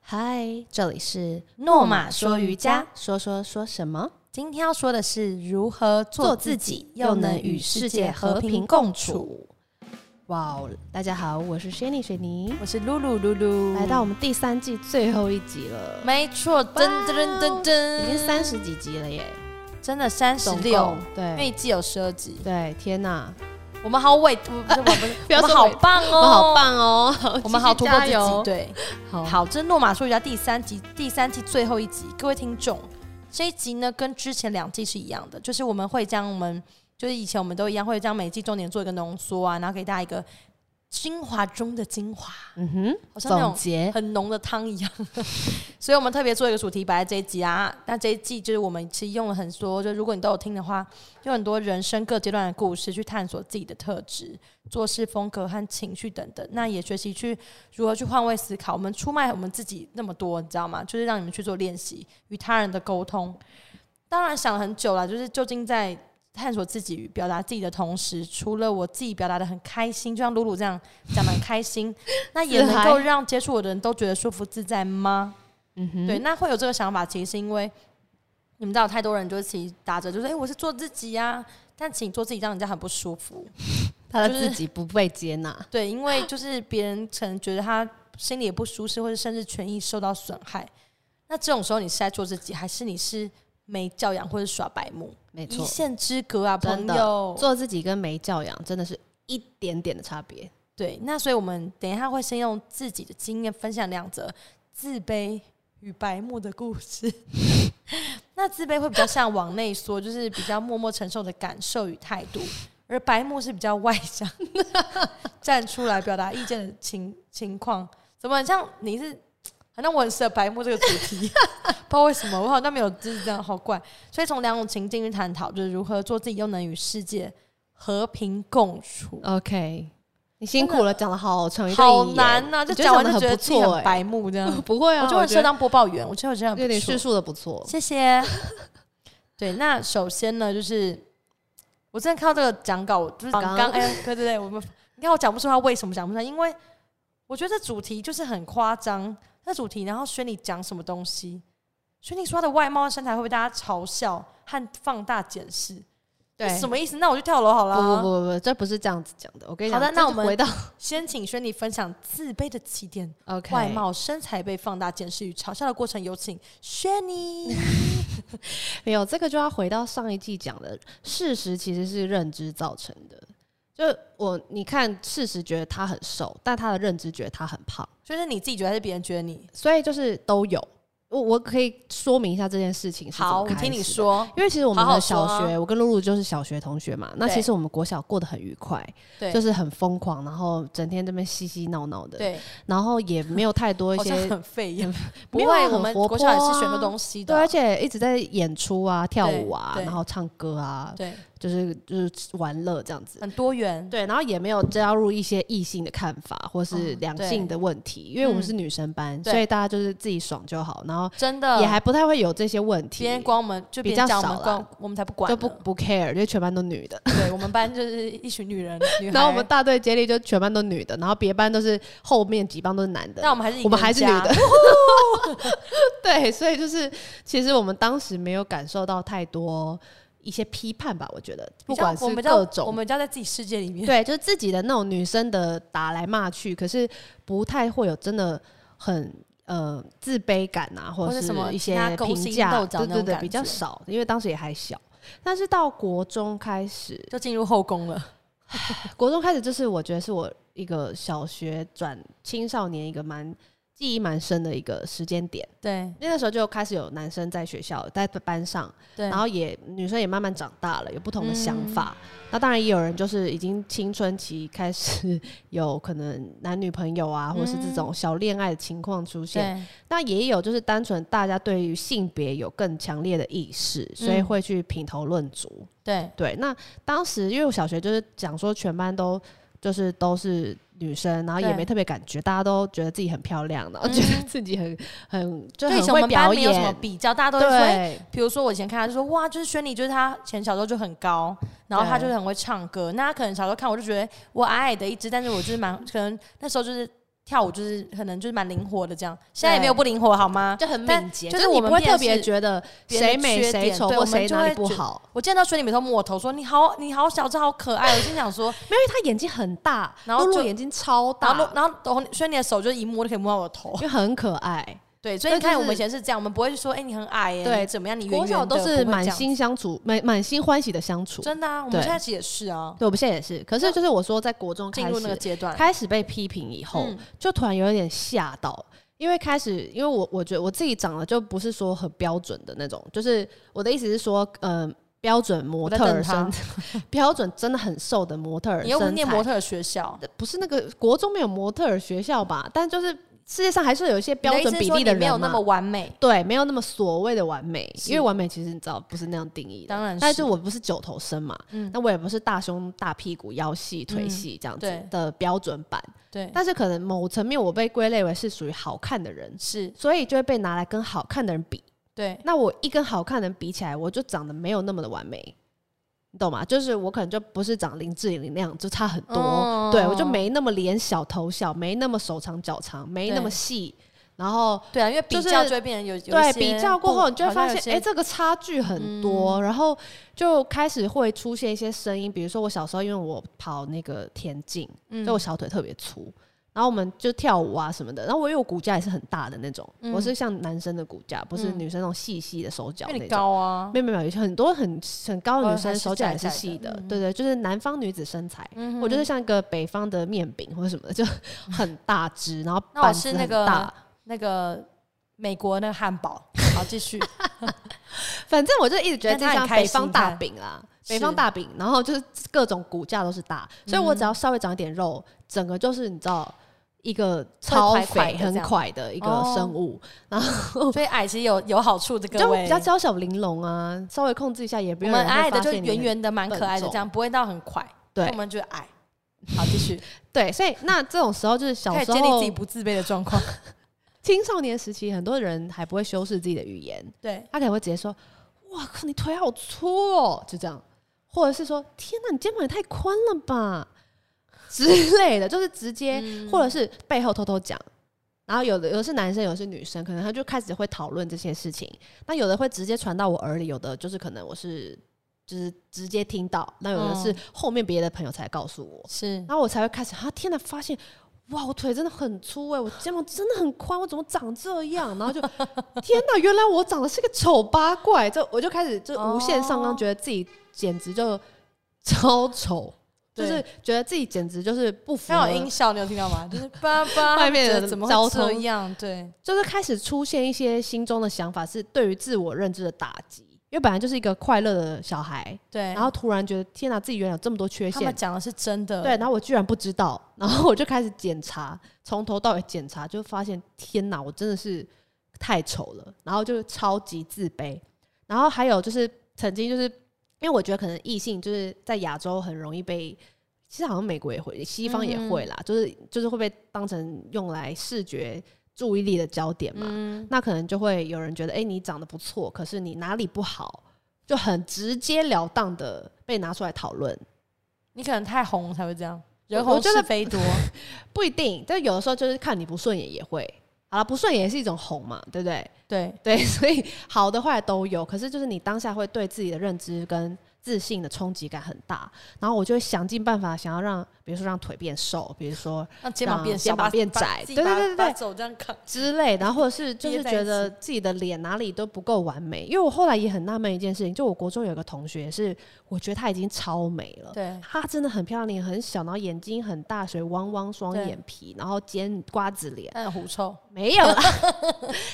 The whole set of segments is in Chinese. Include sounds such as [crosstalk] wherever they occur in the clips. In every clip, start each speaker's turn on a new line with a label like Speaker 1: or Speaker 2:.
Speaker 1: 嗨，这里是
Speaker 2: 诺玛说瑜伽，
Speaker 1: 说说说什么？
Speaker 2: 今天要说的是如何做自己，又能与世界和平共处。
Speaker 1: 哇哦，大家好，我是 Shani 水泥，
Speaker 2: 我是露露露露，
Speaker 1: 来到我们第三季最后一集了，
Speaker 2: 没错，噔噔噔噔，
Speaker 1: 已经三十几集了耶，
Speaker 2: 真的三十
Speaker 1: 总
Speaker 2: 六
Speaker 1: 共，
Speaker 2: 因为
Speaker 1: 对
Speaker 2: 一季有十二集，
Speaker 1: 对，天哪，
Speaker 2: 我们好伟，不不是我们，
Speaker 1: 不要
Speaker 2: 我们
Speaker 1: 说
Speaker 2: 好
Speaker 1: 伟
Speaker 2: 棒
Speaker 1: 我
Speaker 2: 哦，
Speaker 1: 们好，棒哦，
Speaker 2: [laughs] 我们好突破自
Speaker 1: 继续加
Speaker 2: 己，
Speaker 1: 油
Speaker 2: 对，
Speaker 1: 好
Speaker 2: 好，这是诺玛说瑜伽第三集，第三季最后一集，各位听众，这一集呢跟之前两季是一样的，就是我们会将我们就是以前我们都一样，会将每季重点做一个浓缩啊，然后给大家一个精华中的精华，
Speaker 1: 嗯哼，
Speaker 2: 好像
Speaker 1: 总
Speaker 2: 那种
Speaker 1: 结，
Speaker 2: 很浓的汤一样。 [laughs] 所以我们特别做一个主题摆在这一集啊，那这一季就是我们其实用了很多，就如果你都有听的话，有很多人生各阶段的故事去探索自己的特质、做事风格和情绪等等。那也学习去如何去换位思考。我们出卖我们自己那么多，你知道吗？就是让你们去做练习与他人的沟通。当然想了很久了，就是究竟在探索自己与表达自己的同时，除了我自己表达的很开心，就像露露这样讲的很
Speaker 1: [laughs]
Speaker 2: 开心，那也
Speaker 1: 自
Speaker 2: 能
Speaker 1: 嗨
Speaker 2: 够让接触我的人都觉得舒服自在吗？
Speaker 1: 嗯哼，
Speaker 2: 对，那会有这个想法，其实是因为你们知道，太多人就是其实打着就是，哎、我是做自己呀、但请做自己，让人家很不舒服。
Speaker 1: 他的
Speaker 2: 就是
Speaker 1: 自己不被接纳，
Speaker 2: 对，因为就是别人可能觉得他心里也不舒适，或者甚至权益受到损害。那这种时候，你是在做自己，还是你是没教养或者耍白目？
Speaker 1: 没
Speaker 2: 一
Speaker 1: 错，
Speaker 2: 线之隔啊，朋
Speaker 1: 真的
Speaker 2: 友。
Speaker 1: 做自己跟没教养真的是一点点的差别，
Speaker 2: 对，那所以我们等一下会先用自己的经验分享两则自卑与白目的故事。 [laughs] 那自卑会比较像往内缩，就是比较默默承受的感受与态度，而白目是比较外向，站出来表达意见的情情况。怎么很像你是？好像我很适合白目这个主题，不知道为什么，我好像没有就是这样，好怪。所以从两种情境去探讨，就是如何做自己，又能与世界和平共处。
Speaker 1: OK，你辛苦了，讲了好长一段
Speaker 2: 好
Speaker 1: 引言
Speaker 2: 难呐、
Speaker 1: 我
Speaker 2: 就
Speaker 1: 觉
Speaker 2: 讲完
Speaker 1: 得
Speaker 2: 就
Speaker 1: 讲
Speaker 2: 觉
Speaker 1: 得
Speaker 2: 得
Speaker 1: 很
Speaker 2: 自己
Speaker 1: 不错
Speaker 2: 很
Speaker 1: 哎、
Speaker 2: 白目这样。
Speaker 1: [laughs] 不会啊，
Speaker 2: 我就很
Speaker 1: 觉
Speaker 2: 适
Speaker 1: 得
Speaker 2: 合当播报员，我觉得我这样
Speaker 1: 有点叙
Speaker 2: 是，
Speaker 1: 述的不错，
Speaker 2: 谢谢。 [laughs] 对，那首先呢，就是我真的看到这个讲稿，我就是
Speaker 1: 刚
Speaker 2: 刚刚哎，对对对，我们你看我讲不出他为什么讲不出来，因为我觉得这主题就是很夸张，那主题然后选你讲什么东西，选你说他的外貌身材会被大家嘲笑和放大检视，
Speaker 1: 对，
Speaker 2: 什么意思？那我就跳楼好了啊、
Speaker 1: 不不不不，这不是这样子讲的。我跟你讲，
Speaker 2: 好的
Speaker 1: 这是
Speaker 2: 那我们
Speaker 1: 回
Speaker 2: [laughs]
Speaker 1: 到
Speaker 2: 先请轩你分享自卑的起点
Speaker 1: OK
Speaker 2: 外貌、身材被放大检视与嘲笑的过程，有请 Shani。
Speaker 1: [laughs] 没有这个，就要回到上一季讲的，事实其实是认知造成的。就我你看，事实觉得他很瘦，但他的认知觉得他很胖，
Speaker 2: 就是你自己觉得还是别人觉得你
Speaker 1: 所以就是都有。我我可以说明一下这件事情是怎么
Speaker 2: 好？我
Speaker 1: 开
Speaker 2: 听你
Speaker 1: 始的
Speaker 2: 说，
Speaker 1: 因为其实我们
Speaker 2: 好
Speaker 1: 的
Speaker 2: 好说
Speaker 1: 小学，
Speaker 2: 啊
Speaker 1: 我跟露露就是小学同学嘛。那
Speaker 2: 对
Speaker 1: 其实我们国小过得很愉快，
Speaker 2: 对，
Speaker 1: 就是很疯狂，然后整天这边嬉嬉闹闹的，
Speaker 2: 对，
Speaker 1: 然后也没有太多一
Speaker 2: 好像
Speaker 1: 些嗯
Speaker 2: 很废一样。不
Speaker 1: 没有啊
Speaker 2: 会，
Speaker 1: 很
Speaker 2: 我们
Speaker 1: 活
Speaker 2: 国小也
Speaker 1: 泼
Speaker 2: 是
Speaker 1: 啊
Speaker 2: 学过东西
Speaker 1: 对，
Speaker 2: 的
Speaker 1: 而，且一直在演出啊、跳舞啊，
Speaker 2: 对对
Speaker 1: 然后唱歌啊，
Speaker 2: 对，嗯
Speaker 1: 就是就是玩乐这样子。
Speaker 2: 很多元，
Speaker 1: 对，然后也没有加入一些异性的看法或是
Speaker 2: 嗯
Speaker 1: 两性的问题，因为我们是女生班，
Speaker 2: 对
Speaker 1: 所以大家就是自己爽就好，然后
Speaker 2: 真的
Speaker 1: 也还不太会有这些问题
Speaker 2: 别，人管我们，就别
Speaker 1: 比较
Speaker 2: 人讲我们
Speaker 1: 少啦
Speaker 2: 管我们才不管
Speaker 1: 就
Speaker 2: 呢，
Speaker 1: 不不 care，就全班都女的。
Speaker 2: [laughs] 对我们班就是一群女
Speaker 1: [laughs]
Speaker 2: 人，女
Speaker 1: 然后我
Speaker 2: 孩
Speaker 1: 们，大队接力就全班都女的，然后别班都是后面几班都是男的
Speaker 2: 但。我们还是
Speaker 1: 我们
Speaker 2: 赢
Speaker 1: 还是
Speaker 2: 人
Speaker 1: 女
Speaker 2: 家
Speaker 1: 的， [laughs] 对，所以就是其实我们当时没有感受到太多一些批判吧，我觉得
Speaker 2: 比
Speaker 1: 不
Speaker 2: 较
Speaker 1: 管是
Speaker 2: 我们比较
Speaker 1: 各
Speaker 2: 我
Speaker 1: 种
Speaker 2: 们比较在自己世界里面， [laughs]
Speaker 1: 对，就是自己的那种女生的打来骂去，可是不太会有真的很呃自卑感啊，或
Speaker 2: 或
Speaker 1: 者
Speaker 2: 者什么
Speaker 1: 一些
Speaker 2: 拿勾
Speaker 1: 评
Speaker 2: 心
Speaker 1: 价，
Speaker 2: 斗角
Speaker 1: 对
Speaker 2: 那
Speaker 1: 对
Speaker 2: 种
Speaker 1: 对，
Speaker 2: 感
Speaker 1: 比较
Speaker 2: 觉
Speaker 1: 少，因为当时也还小。但是到国中开始，
Speaker 2: 就进入后宫了。
Speaker 1: 国中开始就是我觉得是我一个小学转青少年一个蛮记忆蛮深的一个时间点，
Speaker 2: 对
Speaker 1: 因为那时候就开始有男生在学校在班上
Speaker 2: 对，
Speaker 1: 然后也女生也慢慢长大了，有不同的想法。
Speaker 2: 嗯
Speaker 1: 那当然也有人就是已经青春期开始有可能男女朋友啊，或是这种小恋爱的情况出现。
Speaker 2: 对
Speaker 1: 那也有就是单纯大家对于性别有更强烈的意识，所以
Speaker 2: 嗯
Speaker 1: 会去品头论足。
Speaker 2: 对
Speaker 1: 对，那当时因为我小学就是讲说全班都就是都是女生，然后也
Speaker 2: 对
Speaker 1: 没特别感觉，大家都觉得自己很漂亮，然后
Speaker 2: 嗯
Speaker 1: 觉得自己很很就
Speaker 2: 就以
Speaker 1: 很
Speaker 2: 前我
Speaker 1: 会
Speaker 2: 们班
Speaker 1: 表
Speaker 2: 没有什么
Speaker 1: 演。
Speaker 2: 比较，大家都会说，哎
Speaker 1: 对，
Speaker 2: 比如说我以前看他就说，哇，就是轩尼，就是他以前小时候就很高，然后
Speaker 1: [laughs]
Speaker 2: 他就是很会唱歌。那他可能小时候看我就觉得我矮矮的一只，但是我就是蛮可能那时候就是跳舞就是可能就是蛮灵活的这样，现在也没有不灵活好吗？
Speaker 1: 就很
Speaker 2: 但
Speaker 1: 敏捷，
Speaker 2: 就是
Speaker 1: 是你
Speaker 2: 我
Speaker 1: 不
Speaker 2: 们
Speaker 1: 会特
Speaker 2: 变成
Speaker 1: 别
Speaker 2: 是
Speaker 1: 觉得
Speaker 2: 别人
Speaker 1: 谁
Speaker 2: 的
Speaker 1: 美
Speaker 2: 缺
Speaker 1: 谁
Speaker 2: 点
Speaker 1: 丑
Speaker 2: 对
Speaker 1: 或
Speaker 2: 我们
Speaker 1: 谁
Speaker 2: 就
Speaker 1: 哪里
Speaker 2: 会
Speaker 1: 不
Speaker 2: 觉
Speaker 1: 好，
Speaker 2: 我见到水里面都抹头说你好，你好小只，好可爱。我心想说，
Speaker 1: 没有因为他眼睛很大，
Speaker 2: 然后
Speaker 1: 露露
Speaker 2: 就
Speaker 1: 眼睛超
Speaker 2: 然
Speaker 1: 大，
Speaker 2: 后然后然后所以你的手就一摸就可以摸到我的头
Speaker 1: 因。为很可爱。
Speaker 2: 对，所以你
Speaker 1: 对就
Speaker 2: 看我
Speaker 1: 是
Speaker 2: 们以前是这样，我们不会说哎你很矮耶，
Speaker 1: 对
Speaker 2: 你怎么样，你圆
Speaker 1: 国小
Speaker 2: 圆的，
Speaker 1: 都是
Speaker 2: 不会
Speaker 1: 满
Speaker 2: 这样
Speaker 1: 心相处，满满心欢喜的相处。
Speaker 2: 真的啊，我们
Speaker 1: 对
Speaker 2: 现在其实也是啊，
Speaker 1: 对，我们现在也是。可是就是我说，在国中
Speaker 2: 进
Speaker 1: 开
Speaker 2: 入那个
Speaker 1: 始
Speaker 2: 阶段，
Speaker 1: 开始被批评以后，
Speaker 2: 嗯
Speaker 1: 就突然有点吓到，因为开始因为我我觉得我自己长得就不是说很标准的那种，就是我的意思是说，嗯、标准模
Speaker 2: 我在
Speaker 1: 特
Speaker 2: 瞪
Speaker 1: 儿
Speaker 2: 他
Speaker 1: 身，标准真的很瘦的模特儿
Speaker 2: 你又不是
Speaker 1: 身
Speaker 2: 念
Speaker 1: 材
Speaker 2: 模，特儿学校，
Speaker 1: 不是那个国中没有模特儿学校吧？但就是世界上还是有一些标
Speaker 2: 你的意
Speaker 1: 准
Speaker 2: 思是
Speaker 1: 比
Speaker 2: 说
Speaker 1: 例的
Speaker 2: 你没有
Speaker 1: 人
Speaker 2: 那
Speaker 1: 嘛
Speaker 2: 么。完美，
Speaker 1: 对，没有那么所谓的完美，
Speaker 2: 是
Speaker 1: 因为完美其实你知道不是那样定义的。
Speaker 2: 当然是
Speaker 1: 但是我不是九头身嘛，
Speaker 2: 嗯
Speaker 1: 那我也不是大胸、大屁股、腰细、腿细这样子
Speaker 2: 对
Speaker 1: 的标准版。
Speaker 2: 对，
Speaker 1: 但是可能某层面我被归类为是属于好看的人，
Speaker 2: 是
Speaker 1: 所以就会被拿来跟好看的人比。
Speaker 2: 对，
Speaker 1: 那我一跟好看的人比起来，我就长得没有那么的完美，你懂吗？就是我可能就不是长林志玲那样，就差很多。
Speaker 2: 哦
Speaker 1: 对我就没那么脸小头小，没那么手长脚长，没那么
Speaker 2: 对
Speaker 1: 细，然后
Speaker 2: 对啊，因为比
Speaker 1: 就是
Speaker 2: 较就会变成有有一
Speaker 1: 对
Speaker 2: 些
Speaker 1: 比较过
Speaker 2: 不
Speaker 1: 后，你就会
Speaker 2: 好像
Speaker 1: 发
Speaker 2: 有
Speaker 1: 现，
Speaker 2: 些嗯
Speaker 1: 哎、这个差距很多，然后就开始会出现一些声音，比如说我小时候，因为我跑那个田径，
Speaker 2: 嗯
Speaker 1: 所以我小腿特别粗，然后我们就跳舞啊什么的，然后我因为我骨架也是很大的那种，
Speaker 2: 嗯
Speaker 1: 我是像男生的骨架，不是
Speaker 2: 嗯
Speaker 1: 女生那种细细的手脚
Speaker 2: 因为
Speaker 1: 那
Speaker 2: 你
Speaker 1: 种。
Speaker 2: 高啊，
Speaker 1: 没有没有，有些很多很很高的
Speaker 2: 哦
Speaker 1: 女生
Speaker 2: 还是
Speaker 1: 手脚也是
Speaker 2: 窄窄
Speaker 1: 细的
Speaker 2: 的，嗯
Speaker 1: 对对，就是南方女子身材，
Speaker 2: 嗯
Speaker 1: 我觉
Speaker 2: 哼
Speaker 1: 得像一个北方的面饼或者什么的，就 [laughs] 很大只，然后
Speaker 2: 那我
Speaker 1: 板
Speaker 2: 是
Speaker 1: 子
Speaker 2: 那
Speaker 1: 很
Speaker 2: 个
Speaker 1: 大，
Speaker 2: 那个美国那个
Speaker 1: [laughs]
Speaker 2: 汉堡。好，继续。
Speaker 1: 反正我就一直觉得
Speaker 2: 但
Speaker 1: 这
Speaker 2: 他很
Speaker 1: 像
Speaker 2: 开
Speaker 1: 北方
Speaker 2: 心
Speaker 1: 大
Speaker 2: 看
Speaker 1: 饼啦，
Speaker 2: 是嗯
Speaker 1: 北方大饼，然后就是各种骨架都是大，所以我只要稍微长一点肉，整个就是你知道一个超
Speaker 2: 会快快
Speaker 1: 肥
Speaker 2: 的
Speaker 1: 很
Speaker 2: 这样
Speaker 1: 快的一个
Speaker 2: 哦
Speaker 1: 生物，
Speaker 2: 所以矮其实有有好处的，各
Speaker 1: 就
Speaker 2: 位。
Speaker 1: 比较娇小玲珑啊，稍微控制一下也不
Speaker 2: 我
Speaker 1: 用
Speaker 2: 们
Speaker 1: 人
Speaker 2: 矮
Speaker 1: 会
Speaker 2: 矮的
Speaker 1: 发
Speaker 2: 就
Speaker 1: 现你
Speaker 2: 圆
Speaker 1: 很
Speaker 2: 圆的，蛮可爱的，这样不会到很快。
Speaker 1: 对
Speaker 2: 我们就矮。好，继续。
Speaker 1: 对，所以那这种时候就是 [laughs] 小
Speaker 2: 开
Speaker 1: 时
Speaker 2: 始建立自
Speaker 1: 候
Speaker 2: 己不自卑的状
Speaker 1: [laughs]
Speaker 2: 况。
Speaker 1: 青少年时期，很多人还不会修饰自己的语言，
Speaker 2: 对，
Speaker 1: [laughs] 他可能会直接说：“哇靠，你腿好粗哦！”就这样，或者是说：“天哪，你肩膀也太宽了吧！”之类的，就是直接，或者是背后偷偷讲。然后有的有的是男生，有的是女生，可能他就开始会讨论这些事情。那有的会直接传到我耳里，有的就是可能我是就是直接听到，那有的是
Speaker 2: 嗯
Speaker 1: 后面别的朋友才告诉我。
Speaker 2: 是
Speaker 1: 然后我才会开始啊，天哪，发现哇，我腿真的很粗哎、我肩膀真的很宽，我怎么长这样？然后就 [laughs] 天哪，原来我长得是个丑八怪，就我就开始就无限上纲，
Speaker 2: 哦
Speaker 1: 觉得自己简直就超丑，就
Speaker 2: 对
Speaker 1: 是觉得自己简直就是不符合
Speaker 2: 刚有音效，你有听到吗？就是爸爸，
Speaker 1: 外面的
Speaker 2: 觉得怎么
Speaker 1: 交
Speaker 2: 会
Speaker 1: 通
Speaker 2: 这样？对，
Speaker 1: 就是开始出现一些心中的想法，是对于自我认知的打击。因为本来就是一个快乐的小孩，
Speaker 2: 对。
Speaker 1: 然后突然觉得天哪，自己原来有这么多缺
Speaker 2: 他
Speaker 1: 陷
Speaker 2: 们，讲的是真的。
Speaker 1: 对，，然后我居然不知道，然后我就开始检查，从头到尾检查，就发现天哪，我真的是太丑了，然后就超级自卑，然后还有就是曾经就是因为我觉得可能异性就是在亚洲很容易被，其实好像美国也会，西方
Speaker 2: 嗯
Speaker 1: 也会啦，就是就是会被当成用来视觉注意力的焦点嘛，
Speaker 2: 嗯，
Speaker 1: 那可能就会有人觉得，哎、你长得不错，可是你哪里不好，就很直截了当的被拿出来讨论。
Speaker 2: 你可能太红才会这样，人
Speaker 1: 我
Speaker 2: 红
Speaker 1: 觉
Speaker 2: 是
Speaker 1: 得
Speaker 2: 非多。
Speaker 1: 不一定，但有的时候就是看你不顺眼也会。好了，不顺眼也是一种红嘛，对不对？ [laughs]
Speaker 2: 对，
Speaker 1: 对，所以好的坏的都有。可是就是你当下会对自己的认知跟自信的冲击感很大，然后我就会想尽办法想要让，比如说让腿变瘦，比如说
Speaker 2: 让肩膀
Speaker 1: 让
Speaker 2: 变小，
Speaker 1: 肩膀
Speaker 2: 把
Speaker 1: 变
Speaker 2: 把
Speaker 1: 窄
Speaker 2: 自己
Speaker 1: 对对
Speaker 2: 把
Speaker 1: 对对
Speaker 2: 把
Speaker 1: 对嗯
Speaker 2: 手这样扛。
Speaker 1: 之类的，然后或者是就是
Speaker 2: 憋在一起
Speaker 1: 觉得自己的脸哪里都不够完美。因为我后来也很纳闷一件事情，就我国中有一个同学是，我觉得她已经超美了，
Speaker 2: 对
Speaker 1: 她真的很漂亮，脸很小，然后眼睛很大，所以汪汪双
Speaker 2: 对
Speaker 1: 眼皮，然后尖瓜子脸。
Speaker 2: 但狐臭，
Speaker 1: 没有
Speaker 2: [laughs]
Speaker 1: 啦，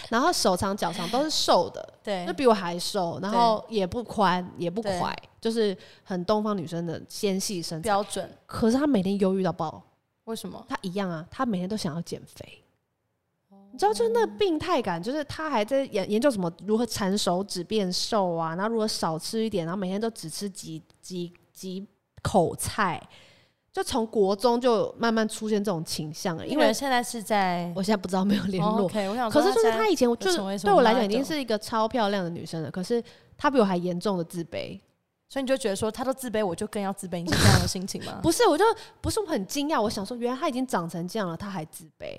Speaker 1: 然后手长脚长都是瘦的，
Speaker 2: 对
Speaker 1: 就，比我还瘦，然后也不宽也不
Speaker 2: 哎对
Speaker 1: 怀，就是很东方女生的纤细身材。
Speaker 2: 标准。
Speaker 1: 可是她每天忧郁到爆，
Speaker 2: 为什么？
Speaker 1: 她一样啊，她每天都想要减肥。
Speaker 2: 哦
Speaker 1: 你知道，就是那个病态感，就是她还在研研究什么如何缠手指变瘦啊，然后如何少吃一点，然后每天都只吃几几几口菜，就从国中就慢慢出现这种倾向了。因
Speaker 2: 因为
Speaker 1: 为
Speaker 2: 现在是在
Speaker 1: 我现在不知道没有联
Speaker 2: 哦
Speaker 1: 络，
Speaker 2: OK，我想说
Speaker 1: 可是就是
Speaker 2: 现在
Speaker 1: 她以前我就
Speaker 2: 成为
Speaker 1: 是
Speaker 2: 什
Speaker 1: 对
Speaker 2: 么
Speaker 1: 我来讲
Speaker 2: model
Speaker 1: 已经是一个超漂亮的女生了，可是她比我还严重的自卑，
Speaker 2: 所以你就觉得说他都自卑，我就更要自卑，你是这样的心情吗？
Speaker 1: [laughs] 不是，我就不是我很惊讶，我想说，原来他已经长成这样了，他还自卑，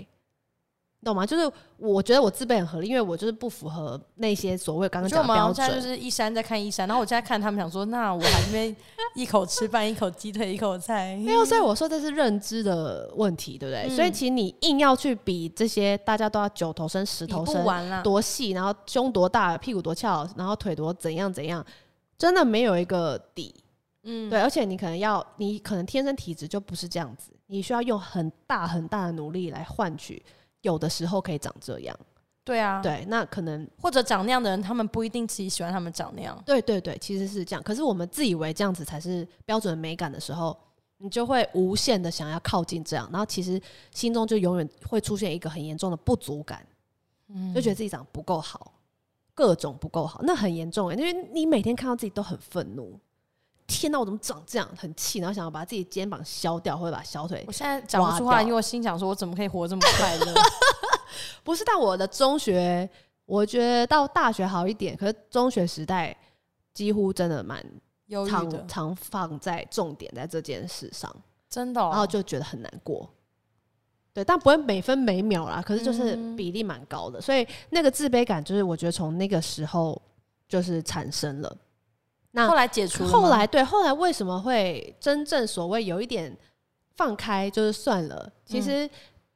Speaker 1: 你懂吗？就是我觉得我自卑很合理，因为我就是不符合那些所谓刚
Speaker 2: 我
Speaker 1: 刚
Speaker 2: 觉
Speaker 1: 讲
Speaker 2: 得我
Speaker 1: 的
Speaker 2: 们
Speaker 1: 标
Speaker 2: 好像现在就
Speaker 1: 准。
Speaker 2: 是一山在看一山，然后我现在看他们想说，那我还这边一口吃饭，一口鸡腿，一口菜，
Speaker 1: 没有，所以我说这是认知的问题，对不对？
Speaker 2: 嗯
Speaker 1: 所以其实你硬要去比这些大家都要九头身、十
Speaker 2: 比
Speaker 1: 头
Speaker 2: 不
Speaker 1: 身，
Speaker 2: 完啦。
Speaker 1: 多细，然后胸多大，屁股多翘，然后腿多怎样怎样，真的没有一个底。
Speaker 2: 嗯，
Speaker 1: 对，而且你可能要，你可能天生体质就不是这样子，你需要用很大很大的努力来换取，有的时候可以长这样。
Speaker 2: 对啊，
Speaker 1: 对，那可能
Speaker 2: 或者长那样的人，他们不一定自己喜欢他们长那样。
Speaker 1: 对对对，其实是这样。可是我们自以为这样子才是标准美感的时候，你就会无限的想要靠近这样，然后其实心中就永远会出现一个很严重的不足感，嗯就觉得自己长得不够好，各种不够好，那很严重、欸、因为你每天看到自己都很愤怒，天哪，我怎么长这样，很气，然后想要把自己肩膀削掉，或者把小腿
Speaker 2: 我现在讲不出
Speaker 1: 欸挖
Speaker 2: 话，
Speaker 1: 掉
Speaker 2: 因为我心想说，我怎么可以活这么快
Speaker 1: [laughs]
Speaker 2: 乐？
Speaker 1: 不是，但我的中学，我觉得到大学好一点，可是中学时代几乎真的蛮
Speaker 2: 忧郁的
Speaker 1: 常，常放在重点在这件事上，
Speaker 2: 真的、哦。
Speaker 1: 然后就觉得很难过。对，但不会每分每秒啦，可是就是
Speaker 2: 嗯
Speaker 1: 比例蛮高的，所以那个自卑感就是我觉得从那个时候就是产生了。那
Speaker 2: 后来解除了吗
Speaker 1: 后来对，后来为什么会真正所谓有一点放开，就是算了。其
Speaker 2: 嗯
Speaker 1: 实，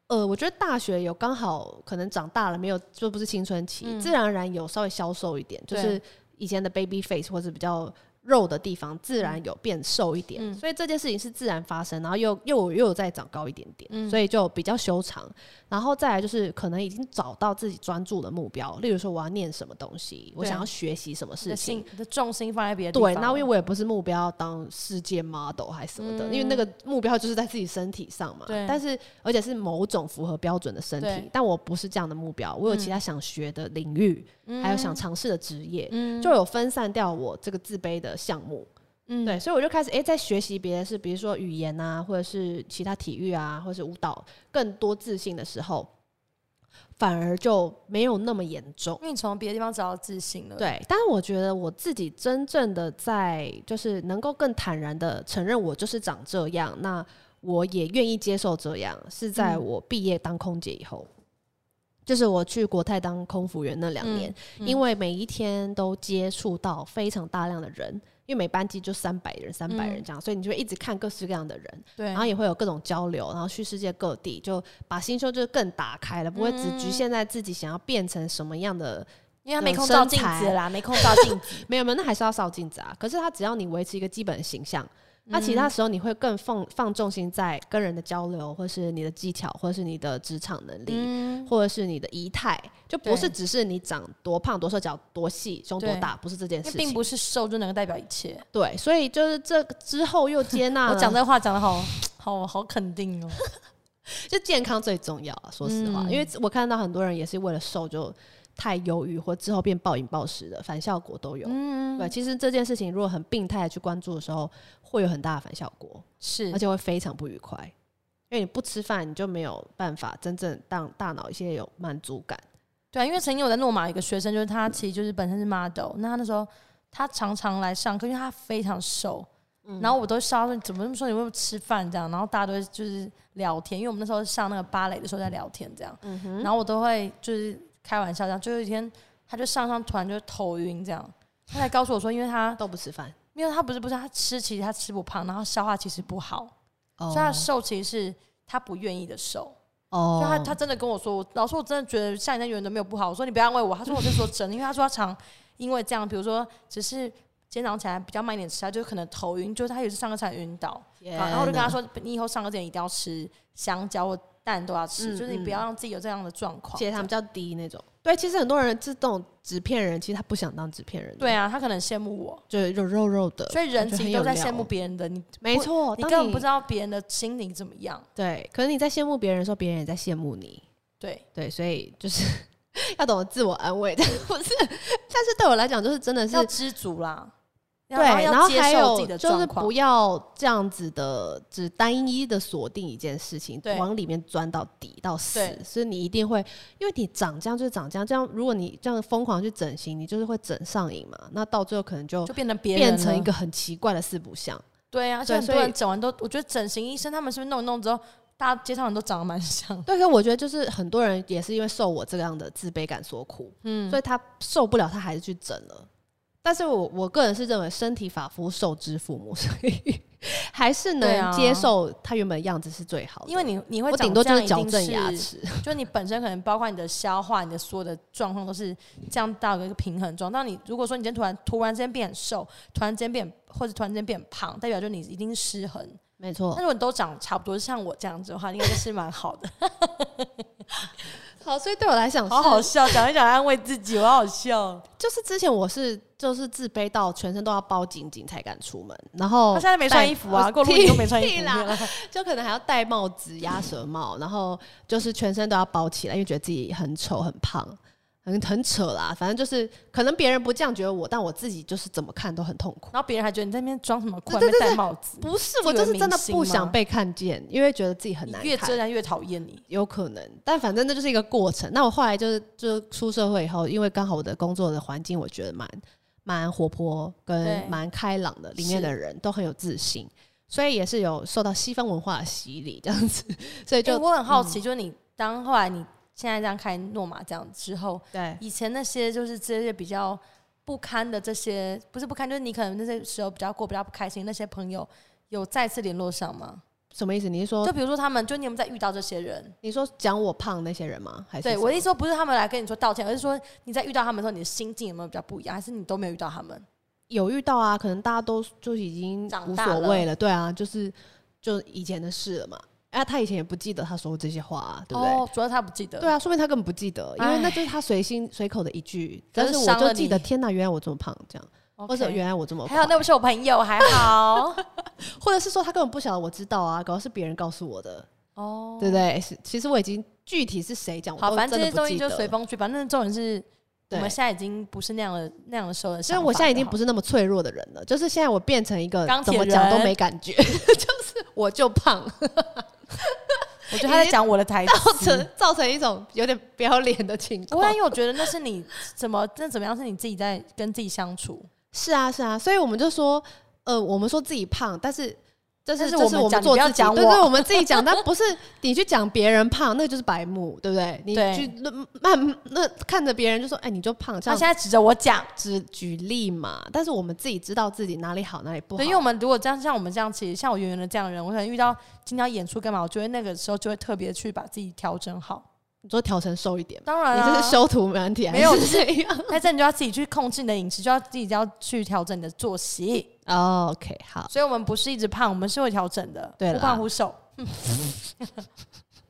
Speaker 1: 呃，我觉得大学有刚好可能长大了，没有就不是青春期，
Speaker 2: 嗯
Speaker 1: 自然而然有稍微消瘦一点，就
Speaker 2: 对
Speaker 1: 是以前的 baby face 或者比较肉的地方，自然有变瘦一点。
Speaker 2: 嗯
Speaker 1: 所以这件事情是自然发生，然后又又又有再长高一点点，
Speaker 2: 嗯
Speaker 1: 所以就比较修长。然后再来就是可能已经找到自己专注的目标，例如说我要念什么东西，我
Speaker 2: 对
Speaker 1: 想要学习什么
Speaker 2: 你
Speaker 1: 事
Speaker 2: 的
Speaker 1: 情。
Speaker 2: 心你的重心放在别的地
Speaker 1: 对，
Speaker 2: 方了。
Speaker 1: 那因为我也不是目标要当世界 model 还是什么的，
Speaker 2: 嗯
Speaker 1: 因为那个目标就是在自己身体上嘛。
Speaker 2: 对
Speaker 1: 但是而且是某种符合标准的身体
Speaker 2: 对，
Speaker 1: 但我不是这样的目标，我有其他想学的领域，
Speaker 2: 嗯
Speaker 1: 还有想尝试的职业，
Speaker 2: 嗯
Speaker 1: 就有分散掉我这个自卑的项目。
Speaker 2: 嗯
Speaker 1: 对，所以我就开始诶，在学习别的事，比如说语言啊，或者是其他体育啊，或者是舞蹈，更多自信的时候，反而就没有那么严重。
Speaker 2: 因为你从别的地方找到自信了。，
Speaker 1: 对，但是我觉得我自己真正的在，就是能够更坦然的承认我就是长这样，那我也愿意接受这样，是在
Speaker 2: 嗯
Speaker 1: 我毕业当空姐以后，就是我去国泰当空服员那两年，
Speaker 2: 嗯
Speaker 1: 因为每一天都接触到非常大量的人，因为每班机就三百人、三百人
Speaker 2: 嗯
Speaker 1: 这样，所以你就会一直看各式各样的人，
Speaker 2: 对，
Speaker 1: 然后也会有各种交流，然后去世界各地，就把心胸就更打开了，不会只局
Speaker 2: 嗯
Speaker 1: 限在自己想要变成什么样的。
Speaker 2: 因为他没
Speaker 1: 有
Speaker 2: 空
Speaker 1: 身
Speaker 2: 照镜
Speaker 1: 材
Speaker 2: 子啦，没空照镜
Speaker 1: [laughs]
Speaker 2: 子。
Speaker 1: 没有没有，那还是要照镜子啊。可是他只要你维持一个基本的形象，那其他
Speaker 2: 嗯
Speaker 1: 时候你会更放放重心在跟人的交流，或是你的技巧，或是你的职场能力，
Speaker 2: 嗯，
Speaker 1: 或者是你的仪态，就不是
Speaker 2: 对
Speaker 1: 只是你长多胖、多瘦、脚多细、胸多
Speaker 2: 对
Speaker 1: 大，不是这件
Speaker 2: 因为
Speaker 1: 事
Speaker 2: 并
Speaker 1: 情。
Speaker 2: 不是瘦就能够代表一切。
Speaker 1: 对，所以就是这之后又接纳
Speaker 2: [laughs] 我
Speaker 1: 了，
Speaker 2: 讲这话讲的好好好肯定哦。
Speaker 1: 就健康最重要啊。说实话，
Speaker 2: 嗯
Speaker 1: 因为我看到很多人也是为了瘦就太忧郁，或之后变暴饮暴食的，反效果都有。
Speaker 2: 嗯，
Speaker 1: 对，其实这件事情如果很病态的去关注的时候，会有很大的反效果。
Speaker 2: 是
Speaker 1: 而，且会非常不愉快，因为你不吃饭，你就没有办法真正让大脑一些有满足感。
Speaker 2: 对啊，因为曾经我在诺马有一个学生，就是他其实就是本身是 model，那他那时候他常常来上课，因为他非常瘦。然后我都笑他说你怎么那么瘦，你会不会吃饭这样？然后大家都会就是聊天，因为我们那时候上那个芭蕾的时候在聊天这样。然后我都会就是开玩笑这样，就有一天他就上上突然就头晕这样，他才告诉我说，因为他
Speaker 1: 都不吃饭，
Speaker 2: 因为他不是不是他吃，其实他吃不胖，然后消化其实不好，
Speaker 1: 哦
Speaker 2: 所以他瘦其实是他不愿意的瘦。
Speaker 1: 哦
Speaker 2: 就他他真的跟我说，我老师我真的觉得像你那原都没有不好，我说你不要安慰我，他说我是说真的，因为他说他常因为这样，比如说只是。今天早上起来比较慢一点吃，他就可能头晕，就是他有一次上课才晕倒，然后我就跟他，说，你以后上课之前一定要吃香蕉或蛋都要吃，
Speaker 1: 嗯
Speaker 2: 就是你
Speaker 1: 嗯
Speaker 2: 不要让自己有这样的状况。
Speaker 1: 血糖比较低那种。对，其实很多人是这种纸片人，其实他不想当纸片人，
Speaker 2: 对，啊，他可能羡慕我，
Speaker 1: 就是肉肉肉的，
Speaker 2: 所以人
Speaker 1: 呃我觉得
Speaker 2: 其实
Speaker 1: 很
Speaker 2: 都
Speaker 1: 有
Speaker 2: 在
Speaker 1: 料
Speaker 2: 羡慕别人的，你
Speaker 1: 没错，
Speaker 2: 你
Speaker 1: 当
Speaker 2: 根本不知道别人的心灵怎么样。
Speaker 1: 对，可是你在羡慕别人的时候，别人也在羡慕你，
Speaker 2: 对，
Speaker 1: 对，所以就是 [laughs] 要懂得自我安慰，但不是，但是对我来讲，就是真的是
Speaker 2: 要知足啦。
Speaker 1: 对，然后
Speaker 2: 要接
Speaker 1: 还
Speaker 2: 受
Speaker 1: 有
Speaker 2: 自己的
Speaker 1: 就是
Speaker 2: 状况
Speaker 1: 不要这样子的，只单一的锁定一件事情，
Speaker 2: 对
Speaker 1: 往里面钻到底到死
Speaker 2: 对。
Speaker 1: 所以你一定会，因为你长这样就是长这样，这样如果你这样疯狂去整形，你就是会整上瘾嘛。那到最后可能就
Speaker 2: 就变成别人
Speaker 1: 变成
Speaker 2: 了
Speaker 1: 一个很奇怪的四不像。
Speaker 2: 对啊，而且
Speaker 1: 对
Speaker 2: 很多
Speaker 1: 所以
Speaker 2: 人整完都，我觉得整形医生他们是不是弄一弄之后，大家街上人都长得蛮像，
Speaker 1: 对，可我觉得就是很多人也是因为受我这样的自卑感所苦，
Speaker 2: 嗯，
Speaker 1: 所以他受不了，他还是去整了。但是我我个人是认为身体发肤受之父母， [laughs] 所以还是
Speaker 2: 对
Speaker 1: 能
Speaker 2: 啊
Speaker 1: 接受他原本的样子是最好的。
Speaker 2: 因为你你会
Speaker 1: 我
Speaker 2: 长
Speaker 1: 顶多
Speaker 2: 这
Speaker 1: 就是
Speaker 2: 样
Speaker 1: 矫
Speaker 2: 一定
Speaker 1: 正
Speaker 2: 是
Speaker 1: 牙齿，
Speaker 2: [laughs] 就你本身可能包括你的消化、你的所有的状况都是这样到一个平衡状。当你如果说你今天突然突然之间变很瘦，突然之间变或者突然之间变胖，代表就你一定失衡。哦
Speaker 1: 没
Speaker 2: 那 [laughs]
Speaker 1: 错
Speaker 2: 如。果你都长差不多，像我这样子的话，应该就是蛮好 [laughs] 的。
Speaker 1: 好，所以对我来讲，
Speaker 2: 好好笑，讲一讲安慰自己，我好 [laughs] 笑。
Speaker 1: 就是之前我是就是自卑到全身都要包紧紧才敢出门，然后
Speaker 2: 他现在没穿
Speaker 1: 戴
Speaker 2: 衣服啊，
Speaker 1: 我
Speaker 2: 过路你都没穿衣
Speaker 1: 屁
Speaker 2: 服。
Speaker 1: 啦，就可能还要戴帽子、鸭舌帽，然后就是全身都要包起来，因为觉得自己很丑、很胖、很很扯啦。反正就是可能别人不这样觉得我，但我自己就是怎么看都很痛苦。
Speaker 2: 然后别人还觉得你在那边装什么酷，还
Speaker 1: 对
Speaker 2: 没
Speaker 1: 对
Speaker 2: 戴
Speaker 1: 对
Speaker 2: 帽子，
Speaker 1: 不是，
Speaker 2: 自
Speaker 1: 我
Speaker 2: 以为
Speaker 1: 就是真的
Speaker 2: 明星
Speaker 1: 不
Speaker 2: 吗
Speaker 1: 想被看见，因为觉得自己很
Speaker 2: 你
Speaker 1: 难
Speaker 2: 越遮
Speaker 1: 看。
Speaker 2: 人越讨厌你。
Speaker 1: 有可能，但反正那就是一个过程。那我后来就是，就出社会以后，因为刚好我的工作的环境，我觉得蛮蛮活泼跟
Speaker 2: 对
Speaker 1: 蛮开朗的，里面的人都很有自信，所以也是有受到西方文化的洗礼这样子，所以
Speaker 2: 就、
Speaker 1: 就、嗯
Speaker 2: 我很好奇，就是你当后来你现在这样开诺玛这样之后，
Speaker 1: 对
Speaker 2: 以前那些就是这些比较不堪的这些，不是不堪，就是你可能那些时候比较过比较不开心，那些朋友有再次联络上吗？
Speaker 1: 什么意思？你是说
Speaker 2: 就比如说他们，就你有没有在遇到这些人？
Speaker 1: 你说讲我胖那些人吗？还是
Speaker 2: 对
Speaker 1: 什
Speaker 2: 我的
Speaker 1: 么
Speaker 2: 意思说，不是他们来跟你说道歉，而是说你在遇到他们的时候，你的心境有没有比较不一样，还是你都没有遇到他们？
Speaker 1: 有遇到啊，可能大家都就已经
Speaker 2: 长
Speaker 1: 无
Speaker 2: 大
Speaker 1: 所
Speaker 2: 了
Speaker 1: 谓了，对啊，就是就以前的事了嘛。啊，他以前也不记得他说过这些话、啊，对不对？
Speaker 2: 哦，主要是他不记得。
Speaker 1: 对啊，说明他根本不记得，因
Speaker 2: 唉
Speaker 1: 为那就是他随心随口的一句。
Speaker 2: 可
Speaker 1: 但
Speaker 2: 是
Speaker 1: 是我
Speaker 2: 伤了
Speaker 1: 就记得，
Speaker 2: 你
Speaker 1: 天哪，原来我这么胖，这样，
Speaker 2: OK，
Speaker 1: 或者原来我这么
Speaker 2: 还好
Speaker 1: 胖，
Speaker 2: 那不是我朋友，还好。 [laughs]
Speaker 1: 或者是说他根本不晓得我知道啊，搞的是别人告诉我的，
Speaker 2: 哦，
Speaker 1: 对不对？是，其实我已经具体是谁讲，我
Speaker 2: 好，
Speaker 1: 都
Speaker 2: 反正
Speaker 1: 真
Speaker 2: 这些
Speaker 1: 的不
Speaker 2: 东
Speaker 1: 记
Speaker 2: 西
Speaker 1: 得
Speaker 2: 就
Speaker 1: 了。
Speaker 2: 随风去，反正重点是我
Speaker 1: 对
Speaker 2: 们现在已经不是那样的那样的时候的
Speaker 1: 所
Speaker 2: 想
Speaker 1: 以
Speaker 2: 法了。
Speaker 1: 我现在已经不是那么脆弱的人了，就是现在我变成一个
Speaker 2: 钢
Speaker 1: 怎
Speaker 2: 铁
Speaker 1: 么讲都
Speaker 2: 人哎
Speaker 1: 没感觉， [laughs] 就是我就胖，
Speaker 2: 我觉得他在讲我的
Speaker 1: [laughs]
Speaker 2: 台词
Speaker 1: 造。成造成一种有点不要脸的情
Speaker 2: 不会，啊
Speaker 1: 况
Speaker 2: 因。为我觉得那是你怎么那怎么样是你自己在跟自己相处，
Speaker 1: 是啊，是啊，所以我们就说，呃，我们说自己胖，但是这
Speaker 2: 但
Speaker 1: 是
Speaker 2: 是
Speaker 1: 这
Speaker 2: 我
Speaker 1: 是
Speaker 2: 们
Speaker 1: 我
Speaker 2: 讲
Speaker 1: 们做
Speaker 2: 你不要
Speaker 1: 自己，
Speaker 2: 讲
Speaker 1: 对
Speaker 2: 我
Speaker 1: 对，我们自己讲，但
Speaker 2: [laughs]
Speaker 1: 不是你去讲别人胖，那个就是白目，对不对？你
Speaker 2: 对
Speaker 1: 去论慢那看着别人就说，哎，你就胖，这
Speaker 2: 他
Speaker 1: 样
Speaker 2: 现在指着我讲。
Speaker 1: 只举例嘛。但是我们自己知道自己哪里好，哪里不好
Speaker 2: 对，因为。我们如果这样像我们这样，其实像我圆圆的这样的人，我可能遇到今天要演出干嘛，我觉得那个时候就会特别去把自己调整好。
Speaker 1: 你说调成瘦一点嘛，
Speaker 2: 当然、
Speaker 1: 你
Speaker 2: 啊，
Speaker 1: 这是修图软体还
Speaker 2: 没有
Speaker 1: 是这样
Speaker 2: 那这你就要自己去控制你的饮食，就要自己要去调整你的作息。
Speaker 1: 哦？OK，好
Speaker 2: 所以我们不是一直胖，我们是会调整的，
Speaker 1: 对
Speaker 2: 忽
Speaker 1: 啦
Speaker 2: 胖忽瘦。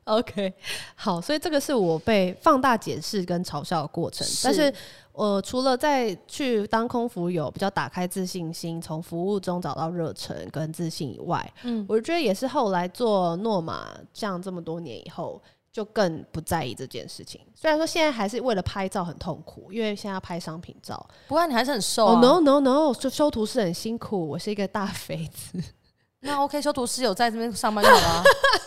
Speaker 1: ，OK，好，所以这个是我被放大解释跟嘲笑的过程，但是呃，除了在去当空服有比较打开自信心，从服务中找到热忱跟自信以外，
Speaker 2: 嗯
Speaker 1: 嗯，我觉得也是后来做诺玛这样这么多年以后，就更不在意这件事情。虽然说现在还是为了拍照很痛苦，因为现在要拍商品照。
Speaker 2: 不过你还是很瘦、
Speaker 1: 哦、
Speaker 2: 啊。
Speaker 1: no no no，就修图是很辛苦，我是一个大 [laughs] 肥子，
Speaker 2: 那 OK，修图师有在这边上班就好啦，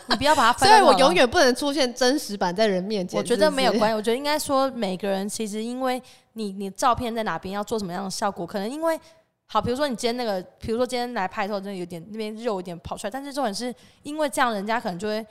Speaker 2: 你不
Speaker 1: [laughs]
Speaker 2: 要把它翻
Speaker 1: 所
Speaker 2: 到
Speaker 1: 以
Speaker 2: 那好
Speaker 1: 我
Speaker 2: 了。
Speaker 1: 永远不能出现真实版在人面前。
Speaker 2: 我觉得
Speaker 1: 是不是
Speaker 2: 没有关系，我觉得应该说每个人其实因为你你照片在哪边要做什么样的效果，可能因为好，比如说你今天那个，比如说今天来拍的时候，真的有点那边肉有点跑出来，但是重点是因为这样，人家可能就会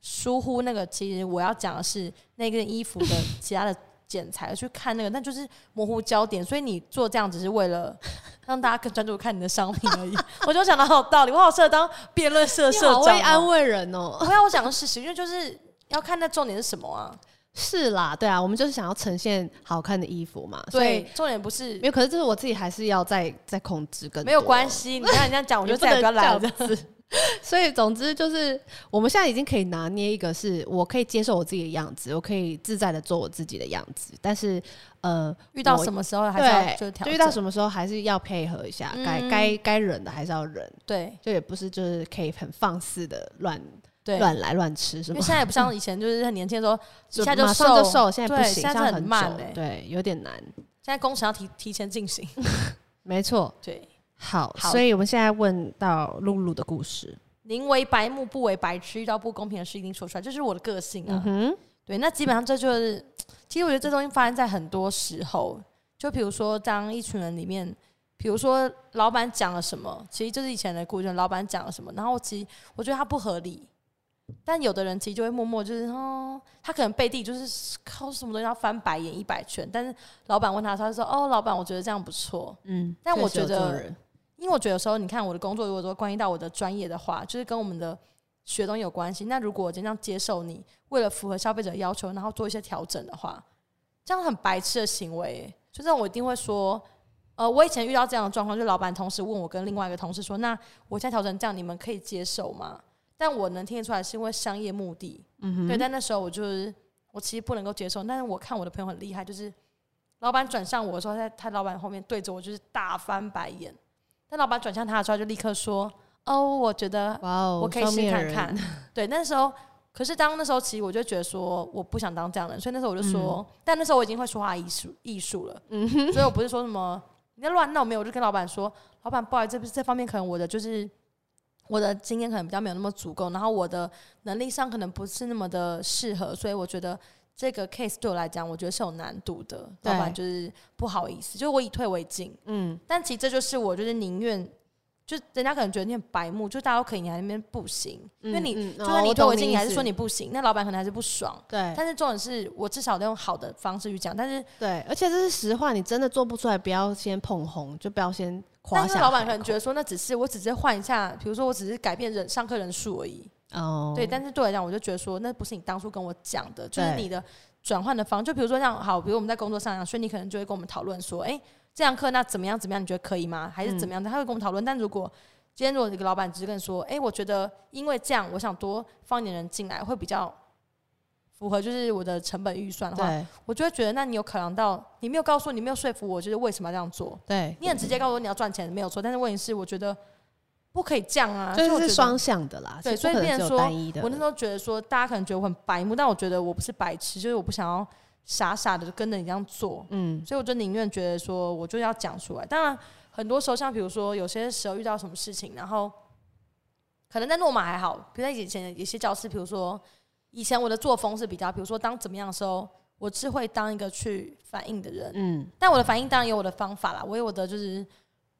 Speaker 2: 疏忽那个。其实我要讲的是那件衣服的
Speaker 1: [laughs]
Speaker 2: 其他的剪裁去看那个，那就是模糊焦点，所以你做这样只是为了
Speaker 1: [laughs]
Speaker 2: 让大家更专注看你的商品而已。 [laughs] 我就想到好有道理，我好适合当辩论社
Speaker 1: 你
Speaker 2: 社
Speaker 1: 好
Speaker 2: 长、
Speaker 1: 会安
Speaker 2: 哦。
Speaker 1: 慰人哦。 [laughs]
Speaker 2: 不要我讲的事实，因为就是要看那重点是什么啊。
Speaker 1: 是啦，对啊，我们就是想要呈现好看的衣服嘛，所以
Speaker 2: 对，重点不是
Speaker 1: 没有，可是这是我自己还是要再再控制更多
Speaker 2: 没有关，系，你让人家讲，我
Speaker 1: 我
Speaker 2: 就再也不要来了。这样
Speaker 1: 子。 [laughs] 所以总之就是，我们现在已经可以拿捏一个是我可以接受我自己的样子，我可以自在的做我自己的样子，但是呃，
Speaker 2: 遇到什么时候还是要
Speaker 1: 对
Speaker 2: 就，调
Speaker 1: 就
Speaker 2: 整，
Speaker 1: 遇到什么时候还是要配合一下，该
Speaker 2: 嗯
Speaker 1: 该该忍的还是要忍，
Speaker 2: 对
Speaker 1: 就也不是就是可以很放肆的乱
Speaker 2: 对，
Speaker 1: 乱来乱吃什
Speaker 2: 因
Speaker 1: 么
Speaker 2: 为。现在也不像以前，就是很年轻的时 [laughs] 候，一下
Speaker 1: 马上
Speaker 2: 瘦
Speaker 1: 就瘦，现在不
Speaker 2: 对
Speaker 1: 行，
Speaker 2: 现在
Speaker 1: 在
Speaker 2: 很
Speaker 1: 很
Speaker 2: 慢
Speaker 1: 久
Speaker 2: 欸
Speaker 1: 对，有点难，
Speaker 2: 现在工程要提提前进行，
Speaker 1: 没错。
Speaker 2: [laughs] 对，
Speaker 1: 好，
Speaker 2: 好
Speaker 1: 所以我们现在问到露露的故事。
Speaker 2: 宁为白目，不为白痴。遇到不公平的事一定说出来，这是我的个性啊。
Speaker 1: 嗯哼，
Speaker 2: 对，那基本上这就是，其实我觉得这东西发生在很多时候，就比如说当一群人里面，比如说老板讲了什么，其实就是以前的故事，老板讲了什么，然后其实我觉得他不合理，但有的人其实就会默默就是哦，他可能背地就是靠什么东西要翻白眼一百圈，但是老板问他，他就说哦，老板我觉得这样不错，
Speaker 1: 嗯，
Speaker 2: 但我
Speaker 1: 确实
Speaker 2: 觉
Speaker 1: 有这种
Speaker 2: 得
Speaker 1: 人
Speaker 2: 因为我觉得有时候你看我的工作，如果说关系到我的专业的话，就是跟我们的学东西有关系。那如果我尽量接受你为了符合消费者的要求，然后做一些调整的话，这样很白痴的行为耶，就这种我一定会说。呃，我以前遇到这样的状况，就是老板同时问我跟另外一个同事说：“那我现在调整这样，你们可以接受吗？”但我能听得出来是因为商业目的，嗯、对。但那时候我就是我其实不能够接受，但是我看我的朋友很厉害，就是老板转向我的时候，他他老板后面对着我就是大翻白眼，但老板转向他的时候，他就立刻说：“哦，我觉得
Speaker 1: 哇哦，
Speaker 2: 我可以
Speaker 1: 双
Speaker 2: 试
Speaker 1: 面
Speaker 2: 看
Speaker 1: 人 [laughs]
Speaker 2: 看。。”对，那时候，可是当那时候，其实我就觉得说，我不想当这样的人，所以那时候我就说，
Speaker 1: 嗯
Speaker 2: 但那时候我已经会说话艺术艺术了，所以我不是说什么你在乱闹没有，我就跟老板说，老板不好意思，这这方面可能我的就是我的经验可能比较没有那么足够，然后我的能力上可能不是那么的适合，所以我觉得。这个 case 对我来讲，我觉得是有难度的。
Speaker 1: 对
Speaker 2: 老板就是不好意思，就是我以退为进。
Speaker 1: 嗯，
Speaker 2: 但其实这就是我就是宁愿，就人家可能觉得你很白目，就大家都可以，你还在那边不行，因为你、
Speaker 1: 嗯嗯
Speaker 2: 就
Speaker 1: 哦
Speaker 2: 算你
Speaker 1: 我
Speaker 2: 退
Speaker 1: 懂
Speaker 2: 回去，
Speaker 1: 你
Speaker 2: 你
Speaker 1: 意
Speaker 2: 还是
Speaker 1: 思
Speaker 2: 说你不行，那老板可能还是不爽。
Speaker 1: 对
Speaker 2: 但是重点是我至少得用好的方式去讲，但是
Speaker 1: 对，而且这是实话，你真的做不出来，不要先捧红，就不要先夸
Speaker 2: 但是
Speaker 1: 下。
Speaker 2: 老板可能觉得说那只是我只是换一下，比如说我只是改变人上课人数而已，
Speaker 1: 得哦，
Speaker 2: 对。但是对我来讲，我就觉得说那不是你当初跟我讲的，就是
Speaker 1: 对
Speaker 2: 你的转换的方，就比如说像好，比如我们在工作上，所以你可能就会跟我们讨论说，哎、这堂课那怎么样怎么样，你觉得可以吗？还是
Speaker 1: 嗯
Speaker 2: 怎么样的？他会跟我们讨论。但如果今天如果这个老板只是跟你说，哎、我觉得因为这样，我想多放一点人进来，会比较符合就是我的成本预算的话，
Speaker 1: 对
Speaker 2: 我就会觉得，那你有考量到，你没有告诉我，你没有说服我，就是为什么要这样做？
Speaker 1: 对，
Speaker 2: 你很直接告诉我你要赚钱没有错，但是问题是，我觉得不可以这样啊，
Speaker 1: 这
Speaker 2: 我觉
Speaker 1: 是
Speaker 2: 得
Speaker 1: 双向的啦，是
Speaker 2: 对
Speaker 1: 不
Speaker 2: 所以
Speaker 1: 可能
Speaker 2: 变
Speaker 1: 只
Speaker 2: 成
Speaker 1: 有
Speaker 2: 说
Speaker 1: 单一的。
Speaker 2: 我那时候觉得说，大家可能觉得我很白目，但我觉得我不是白痴，就是我不想要傻傻的就跟着你这样做，
Speaker 1: 嗯，
Speaker 2: 所以我就宁愿觉得说，我就要讲出来。当然，很多时候像比如说，有些时候遇到什么事情，然后可能在诺马还好，比如在以前有些教室，比如说以前我的作风是比较，比如说当怎么样的时候，我是会当一个去反应的人，
Speaker 1: 嗯
Speaker 2: 但我的反应当然有我的方法啦，我有我的就是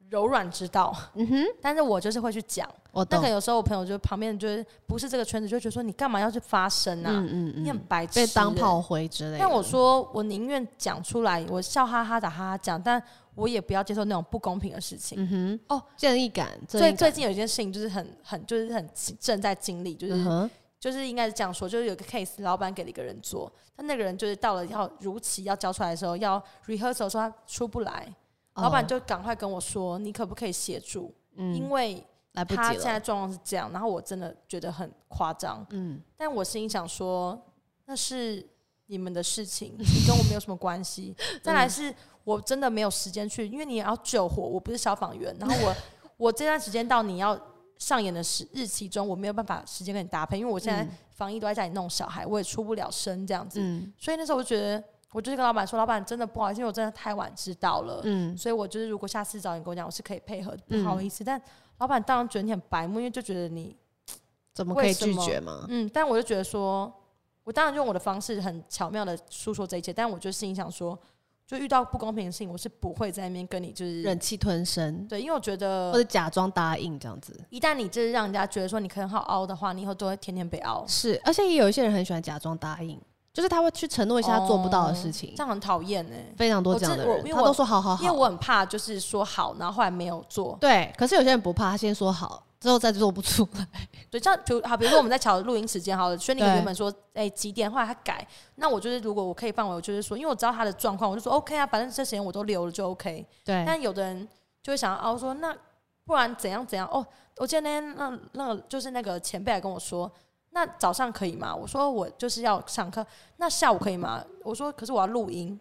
Speaker 2: 柔软之道，
Speaker 1: 嗯哼，
Speaker 2: 但是我就是会去讲。
Speaker 1: 我
Speaker 2: 那可
Speaker 1: 懂。
Speaker 2: 能有时候我朋友就旁边就是不是这个圈子，就会觉得说你干嘛要去发声啊？
Speaker 1: 嗯
Speaker 2: 你很白痴、
Speaker 1: 被当
Speaker 2: 欸
Speaker 1: 炮。灰之类的。
Speaker 2: 但我说我宁愿讲出来，我笑哈哈的哈哈讲，但我也不要接受那种不公平的事情。
Speaker 1: 嗯哼，
Speaker 2: 哦，
Speaker 1: 正义感，正
Speaker 2: 所以
Speaker 1: 义
Speaker 2: 最
Speaker 1: 感
Speaker 2: 近有一件事情就是很很就是很正在经历，就是、
Speaker 1: 嗯哼，
Speaker 2: 就是应该是这样说，就是有个 case，老板给了一个人做，但那个人就是到了要如期要交出来的时候，要 rehearsal 的时候他出不来，老板
Speaker 1: 哦
Speaker 2: 就赶快跟我说，你可不可以协助？因
Speaker 1: 嗯
Speaker 2: 为
Speaker 1: 来不
Speaker 2: 他
Speaker 1: 及
Speaker 2: 现在
Speaker 1: 了，
Speaker 2: 状况是这样，然后我真的觉得很夸张，
Speaker 1: 嗯
Speaker 2: 但我心里想说，那是你们的事情，跟我没有什么
Speaker 1: [laughs]
Speaker 2: 关系。再来是我真的没有时间去，因为你也要救火，我不是消防员，然后
Speaker 1: [laughs]
Speaker 2: 我我这段时间到你要。上演的时日期中，我没有办法时间跟你搭配，因为我现在防疫都在家里弄小孩，我也出不了声这样子，
Speaker 1: 嗯
Speaker 2: 所以那时候我就觉得，我就是跟老板说，老板真的不好意思，因为我真的太晚知道了，
Speaker 1: 嗯，
Speaker 2: 所以我就是如果下次找你跟我讲，我是可以配合的，
Speaker 1: 嗯
Speaker 2: 不好意思。但老板当然觉得你很白目，因为就觉得你，
Speaker 1: 怎么可以
Speaker 2: 为什
Speaker 1: 拒
Speaker 2: 么
Speaker 1: 绝嘛？
Speaker 2: 嗯，但我就觉得说，我当然用我的方式很巧妙的诉说这一切，但我就心里想说，就遇到不公平的事情，我是不会在那边跟你就是
Speaker 1: 忍气吞声，
Speaker 2: 对，因为我觉
Speaker 1: 或
Speaker 2: 得
Speaker 1: 者假装答应这样子。
Speaker 2: 一旦你就是让人家觉得说你很好凹的话，你以后都会天天被凹，
Speaker 1: 是，而且也有一些人很喜欢假装答应，就是他会去承诺一些他做不到的事情
Speaker 2: 这，样很讨厌呢。
Speaker 1: 非常多
Speaker 2: 哦我
Speaker 1: 这样
Speaker 2: 这
Speaker 1: 的
Speaker 2: 我
Speaker 1: 人，
Speaker 2: 因为
Speaker 1: 他
Speaker 2: 我
Speaker 1: 都说好好
Speaker 2: 因为
Speaker 1: 好，
Speaker 2: 我很怕就是说好，然后后来没有做，
Speaker 1: 对。可是有些人不怕，他先说好，之后再做不出来。
Speaker 2: 对，这样比如好，比如说我们在瞧录音时间好了，轩宁
Speaker 1: 对
Speaker 2: 原本说哎、几点，后来他改，那我就是如果我可以范围，我就是说，因为我知道他的状况，我就说 OK 啊，反正这时间我都留了就 OK。
Speaker 1: 对，
Speaker 2: 但有的人就会想要凹说，那不然怎样怎样？哦，我记得那天那那个就是那个前辈来跟我说，那早上可以吗？我说我就是要上课，那下午可以吗？我说可是我要录音，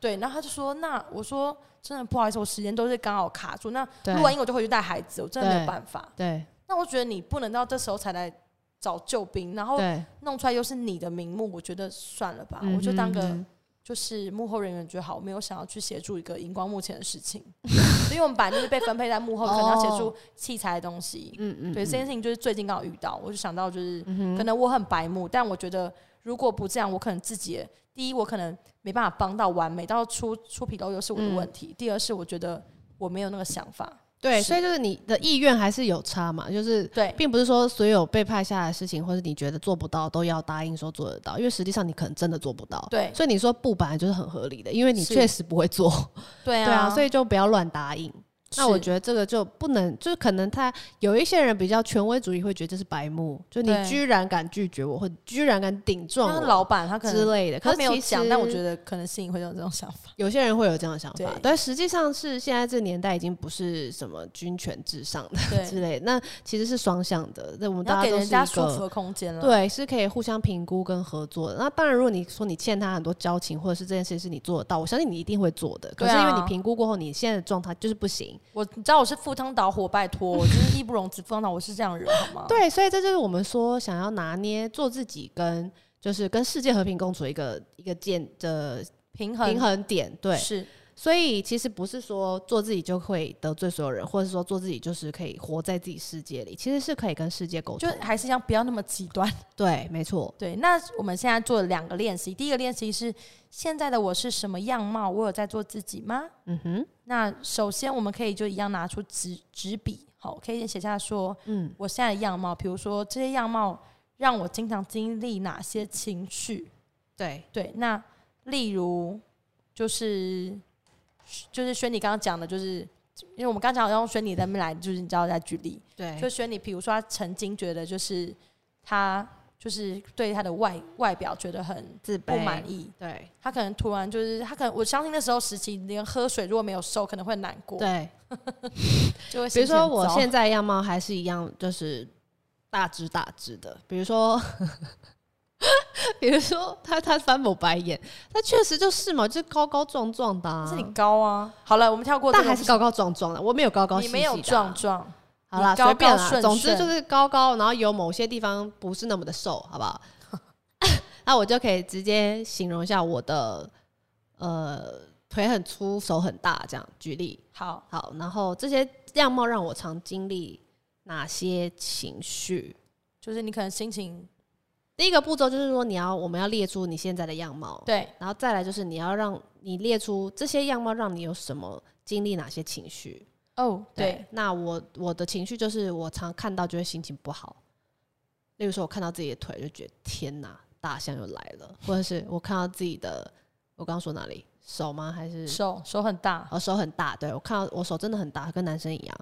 Speaker 2: 对，然后他就说那我说真的不好意思，我时间都是刚好卡住，那
Speaker 1: 对
Speaker 2: 录完音我就回去带孩子，我真的没
Speaker 1: 对
Speaker 2: 有办法。
Speaker 1: 对
Speaker 2: 那我觉得你不能到这时候才来找救兵，然后
Speaker 1: 对，
Speaker 2: 弄出来又是你的名目，我觉得算了吧，
Speaker 1: 嗯
Speaker 2: 我就当个
Speaker 1: 哼
Speaker 2: 就是幕后人员觉得好，我没有想要去协助一个荧光幕前的事情， [laughs] 因为我们本来就是被分配在幕后，可能要协助器材的东西。
Speaker 1: 哦嗯嗯，
Speaker 2: 对，这
Speaker 1: 嗯
Speaker 2: 件事情就是最近刚好遇到，我就想到就是
Speaker 1: 嗯哼
Speaker 2: 可能我很白目，但我觉得如果不这样，我可能自己也第一我可能没办法帮到完美，到出出纰漏又是我
Speaker 1: 嗯
Speaker 2: 的问题；第二是我觉得我没有那个想法。
Speaker 1: 对，
Speaker 2: 是
Speaker 1: 所以就是你的意愿还是有差嘛，就是
Speaker 2: 对，
Speaker 1: 并不是说所有被派下来的事情，或是你觉得做不到，都要答应说做得到，因为实际上你可能真的做不到。
Speaker 2: 对
Speaker 1: 所以你说不本来就是很合理的，因为你
Speaker 2: 是
Speaker 1: 确实不会做，对
Speaker 2: 对啊，
Speaker 1: 啊，所以就不要乱答应。那我觉得这个就不能，就是可能他有一些人比较权威主义，会觉得这是白目，就你
Speaker 2: 对
Speaker 1: 居然敢拒绝我，或者居然敢顶撞
Speaker 2: 像
Speaker 1: 我
Speaker 2: 老板他可
Speaker 1: 之
Speaker 2: 能
Speaker 1: 类的。可
Speaker 2: 他
Speaker 1: 是
Speaker 2: 没有
Speaker 1: 其
Speaker 2: 讲，
Speaker 1: 实
Speaker 2: 但我觉得可能心里会有这种
Speaker 1: [laughs]
Speaker 2: 想法。
Speaker 1: 有些人会有这样的想法，
Speaker 2: 对
Speaker 1: 但实际上是现在这年代已经不是什么君权至上的
Speaker 2: 对
Speaker 1: 之类的，那其实是双向的。那我们
Speaker 2: 你要
Speaker 1: 大
Speaker 2: 给
Speaker 1: 都是
Speaker 2: 人
Speaker 1: 一
Speaker 2: 家舒服
Speaker 1: 个
Speaker 2: 的空间了。，
Speaker 1: 对，是可以互相评估跟合作的。那当然，如果你说你欠他很多交情，或者是这件事情是你做得到，我相信你一定会做的。可
Speaker 2: 对
Speaker 1: 是
Speaker 2: 啊
Speaker 1: 因为你评估过后，你现在的状态就是不行。
Speaker 2: 我你知道我是赴汤蹈火，拜托，我就是义 [laughs] 不容辞赴汤蹈火，我是这样的人好吗？
Speaker 1: 对，所以这就是我们说想要拿捏做自己跟就是跟世界和平共处一个一个见的
Speaker 2: 平衡
Speaker 1: 平衡点。对，
Speaker 2: 是
Speaker 1: 所以其实不是说做自己就会得罪所有人，或者说做自己就是可以活在自己世界里，其实是可以跟世界沟
Speaker 2: 就
Speaker 1: 通。
Speaker 2: 还是一样，不要那么极端。
Speaker 1: 对，没错，
Speaker 2: 对，那我们现在做了两个练习，第一个练习是现在的我是什么样貌，我有在做自己吗？
Speaker 1: 嗯哼，
Speaker 2: 那首先我们可以就一样拿出纸纸笔，好，可以先写下说，嗯，我现在的样貌，比如说这些样貌让我经常经历哪些情绪？
Speaker 1: 对，
Speaker 2: 对，那例如就是就是轩你刚刚讲的，就是因为我们刚讲用轩你在那边来，就是你知道在举例，
Speaker 1: 对
Speaker 2: 就轩你比如说他曾经觉得就是他就是对他的外外表觉得很
Speaker 1: 自
Speaker 2: 不
Speaker 1: 卑，
Speaker 2: 满意，
Speaker 1: 对，
Speaker 2: 他可能突然就是他可能我相信那时候时期连喝水如果没有瘦可能会难过，
Speaker 1: 对。
Speaker 2: 就会
Speaker 1: 比如
Speaker 2: 心情
Speaker 1: 说
Speaker 2: 很
Speaker 1: 我
Speaker 2: 糟
Speaker 1: 现在样貌还是一样，就是大只大只的，比如说。 [laughs] 比如说他他翻我白眼，他确实就是嘛，就是高高壮壮的、啊
Speaker 2: 是，你高啊，好了，我们跳过这
Speaker 1: 但
Speaker 2: 个，
Speaker 1: 还是高高壮壮的，我没有高高细
Speaker 2: 你
Speaker 1: 细的啊、
Speaker 2: 没有壮壮，
Speaker 1: 好啦，
Speaker 2: 你高
Speaker 1: 随便
Speaker 2: 高
Speaker 1: 啦。
Speaker 2: 顺
Speaker 1: 总之
Speaker 2: 顺
Speaker 1: 就是高高，然后有某些地方不是那么的瘦，好不好？ [laughs] 那我就可以直接形容一下我的呃腿很粗，手很大，这样举例。
Speaker 2: 好，
Speaker 1: 好，然后这些样貌让我常经历哪些情绪？
Speaker 2: 就是你可能心情
Speaker 1: 第一个步骤就是说，你要我们要列出你现在的样貌，
Speaker 2: 对
Speaker 1: 然后再来就是你要让你列出这些样貌让你有什么经历哪些情绪。
Speaker 2: 哦对，
Speaker 1: 那我我的情绪就是我常看到就会心情不好，例如说我看到自己的腿就觉得天哪，大象又来了，或者是我看到自己的，我刚刚说哪里手吗？还是
Speaker 2: 手手很大，
Speaker 1: 哦手很大？对我看到我手真的很大，跟男生一样，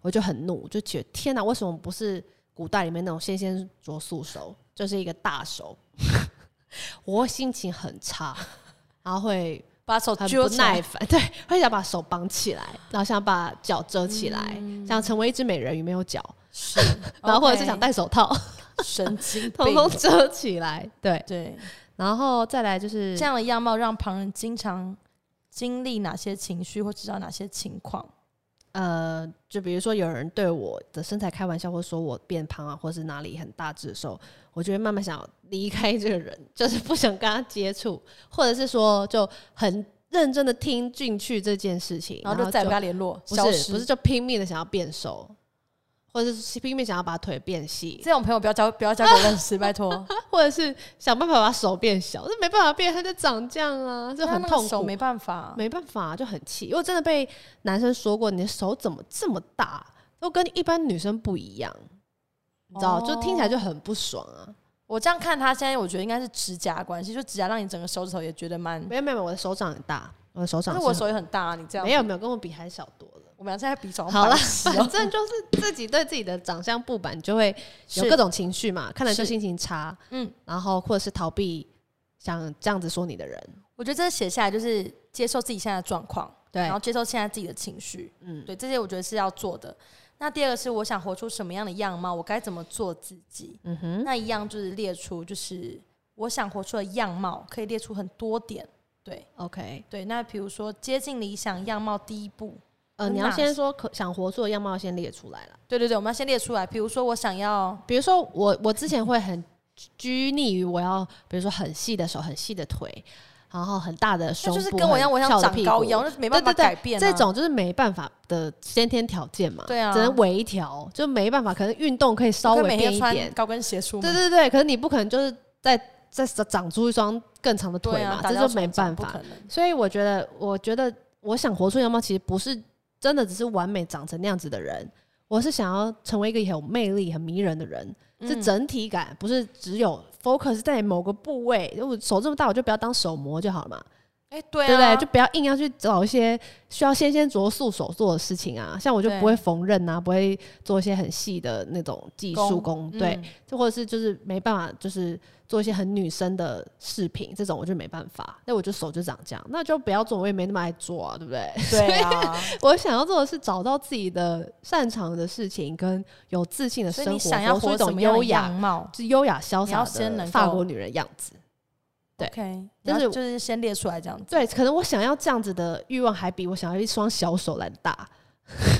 Speaker 1: 我就很怒，就觉得天哪，为什么不是古代里面那种纤纤着素手，就是一个大手？ [laughs] 我心情很差，然后会
Speaker 2: 把手
Speaker 1: 很
Speaker 2: 揪
Speaker 1: 不
Speaker 2: 起来
Speaker 1: 耐烦， [laughs] 对，会想把手绑起来，然后想把脚遮起来，想成为一只美人鱼没有脚，，
Speaker 2: 是
Speaker 1: [laughs] 然后或者是想 [laughs]
Speaker 2: 嗯 OK，
Speaker 1: 戴手套，
Speaker 2: 神经
Speaker 1: 统
Speaker 2: [laughs] 病，
Speaker 1: 统遮起来，对，
Speaker 2: 对，
Speaker 1: 然后再来就是
Speaker 2: 这样的样貌让旁人经常经历哪些情绪或知道哪些情况，
Speaker 1: 呃，就比如说有人对我的身材开玩笑，或说我变胖啊，或是哪里很大只的时候，我就会慢慢想离开这个人，就是不想跟他接触，或者是说就很认真的听进去这件事情，
Speaker 2: 然后就再也不跟他联络，
Speaker 1: 不
Speaker 2: 消
Speaker 1: 是
Speaker 2: 失。
Speaker 1: 不是就拼命的想要变瘦，或者是拼命想要把腿变细，
Speaker 2: 这种朋友不要交，不要交给我认识，拜托，
Speaker 1: 或者是想办法把手变小，这没办法变，它就长 [laughs] 这样啊，就
Speaker 2: 他
Speaker 1: 很
Speaker 2: 那个
Speaker 1: 痛
Speaker 2: 手
Speaker 1: 苦，
Speaker 2: 没办法，
Speaker 1: 没办法、就很气。因为我真的被男生说过，你的手怎么这么大，都跟一般女生不一样，你知道，就听起来
Speaker 2: 哦
Speaker 1: 就很不爽啊。
Speaker 2: 我这样看他现在，我觉得应该是指甲的关系，就指甲让你整个手指头也觉得蛮，
Speaker 1: 没有没有，我的手掌很大，我的手掌
Speaker 2: 但是
Speaker 1: 是
Speaker 2: 我
Speaker 1: 很
Speaker 2: 手也很大，啊你这样
Speaker 1: 没有没有，跟我比还小多了。
Speaker 2: 我们俩现在比手
Speaker 1: 好了，
Speaker 2: 是哦
Speaker 1: [laughs] 反正就是自己对自己的长相不满，你就会有各种情绪嘛，看了就是心情差，
Speaker 2: 嗯，
Speaker 1: 然后或者是逃避想这样子说你的人，
Speaker 2: 我觉得这写下来就是接受自己现在的状况，
Speaker 1: 对
Speaker 2: 然后接受现在自己的情绪，
Speaker 1: 嗯，
Speaker 2: 对，这些我觉得是要做的。那第二个是我想活出什么样的样貌，我该怎么做自己？
Speaker 1: 嗯哼，
Speaker 2: 那一样就是列出，就是我想活出的样貌，可以列出很多点。对
Speaker 1: OK，
Speaker 2: 对，那比如说接近理想样貌第一步，
Speaker 1: 呃，
Speaker 2: 跟
Speaker 1: 你要
Speaker 2: 哪
Speaker 1: 先说可想活出的样貌先列出来了。
Speaker 2: 对对对，我们要先列出来。比如说我想要，
Speaker 1: 比如说我，我之前会很拘泥于我要，比如说很细的手、很细的腿，然后很大的
Speaker 2: 那
Speaker 1: 胸部，
Speaker 2: 就是跟我一样，我
Speaker 1: 很
Speaker 2: 想
Speaker 1: 翘的
Speaker 2: 长
Speaker 1: 屁
Speaker 2: 高
Speaker 1: 股
Speaker 2: 一样，那没办
Speaker 1: 对
Speaker 2: 法
Speaker 1: 对对
Speaker 2: 改变啊、
Speaker 1: 这种就是没办法的先天条件嘛，
Speaker 2: 对啊
Speaker 1: 只能微调，就没办法。可能运动可以稍
Speaker 2: 我可以
Speaker 1: 微
Speaker 2: 每
Speaker 1: 变
Speaker 2: 天
Speaker 1: 一
Speaker 2: 穿
Speaker 1: 点，
Speaker 2: 高跟鞋出
Speaker 1: 对
Speaker 2: 门，
Speaker 1: 对对。可是你不可能就是再再长出一双更长的腿
Speaker 2: 对
Speaker 1: 嘛，
Speaker 2: 啊，打
Speaker 1: 这
Speaker 2: 掉
Speaker 1: 就没
Speaker 2: 重长
Speaker 1: 办
Speaker 2: 不
Speaker 1: 法
Speaker 2: 可。能。
Speaker 1: 所以我觉得，我觉得我想活出样貌，其实不是真的只是完美长成那样子的人，我是想要成为一个很有魅力、很迷人的人，是
Speaker 2: 嗯
Speaker 1: 整体感，不是只有 focus 在某个部位。我手这么大，我就不要当手模就好了嘛。
Speaker 2: 哎、对
Speaker 1: 对不
Speaker 2: 啊，
Speaker 1: 对？就不要硬要去找一些需要纤纤着素手做的事情啊，像我就
Speaker 2: 对
Speaker 1: 不会缝纫啊，不会做一些很细的那种技术工，对，
Speaker 2: 嗯
Speaker 1: 就或者是就是没办法，就是做一些很女生的饰品，这种我就没办法，那我就手就长这样，那就不要做，我也没那么爱做啊，对不
Speaker 2: [laughs]
Speaker 1: 对？
Speaker 2: 对
Speaker 1: [laughs]
Speaker 2: 啊，
Speaker 1: 我想要做的是找到自己的擅长的事情，跟有自信的
Speaker 2: 所
Speaker 1: 生
Speaker 2: 以你
Speaker 1: 活，
Speaker 2: 想要
Speaker 1: 活出
Speaker 2: 活
Speaker 1: 一
Speaker 2: 什
Speaker 1: 种
Speaker 2: 么样
Speaker 1: 优
Speaker 2: 的样
Speaker 1: 雅、
Speaker 2: 貌
Speaker 1: 就是优雅潇
Speaker 2: 你要
Speaker 1: 洒
Speaker 2: 先
Speaker 1: 的
Speaker 2: 能
Speaker 1: 法
Speaker 2: 够
Speaker 1: 国女人样子。对
Speaker 2: ？OK，
Speaker 1: 就
Speaker 2: 就是是就是先列出来这样子。
Speaker 1: 对，可能我想要这样子的欲望，还比我想要一双小手来的大。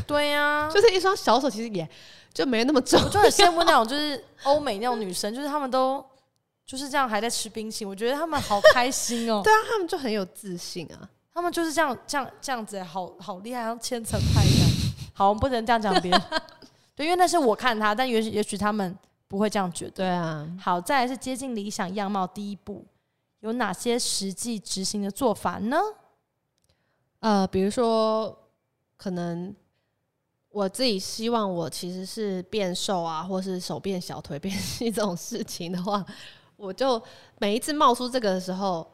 Speaker 2: 对呀、啊，
Speaker 1: 就是一双小手，其实也就没那么重。
Speaker 2: [laughs] 我就很羡慕那种就是欧美那种女生，就是她们都就是这样还在吃冰淇淋，我觉得她们好开心哦、
Speaker 1: [laughs] 对啊，他们就很有自信啊。
Speaker 2: 她们就是这样这样这样子、好好厉害，像千层派一样。好，我们不能这样讲别人，对，因为那是我看她，但也许也许她们不会这样觉得。
Speaker 1: 对啊，
Speaker 2: 好，再来是接近理想样貌第一步，有哪些实际执行的做法呢？
Speaker 1: 呃，比如说，可能我自己希望我其实是变瘦啊，或是手变小、腿变 [laughs] 细这种事情的话，我就每一次冒出这个的时候，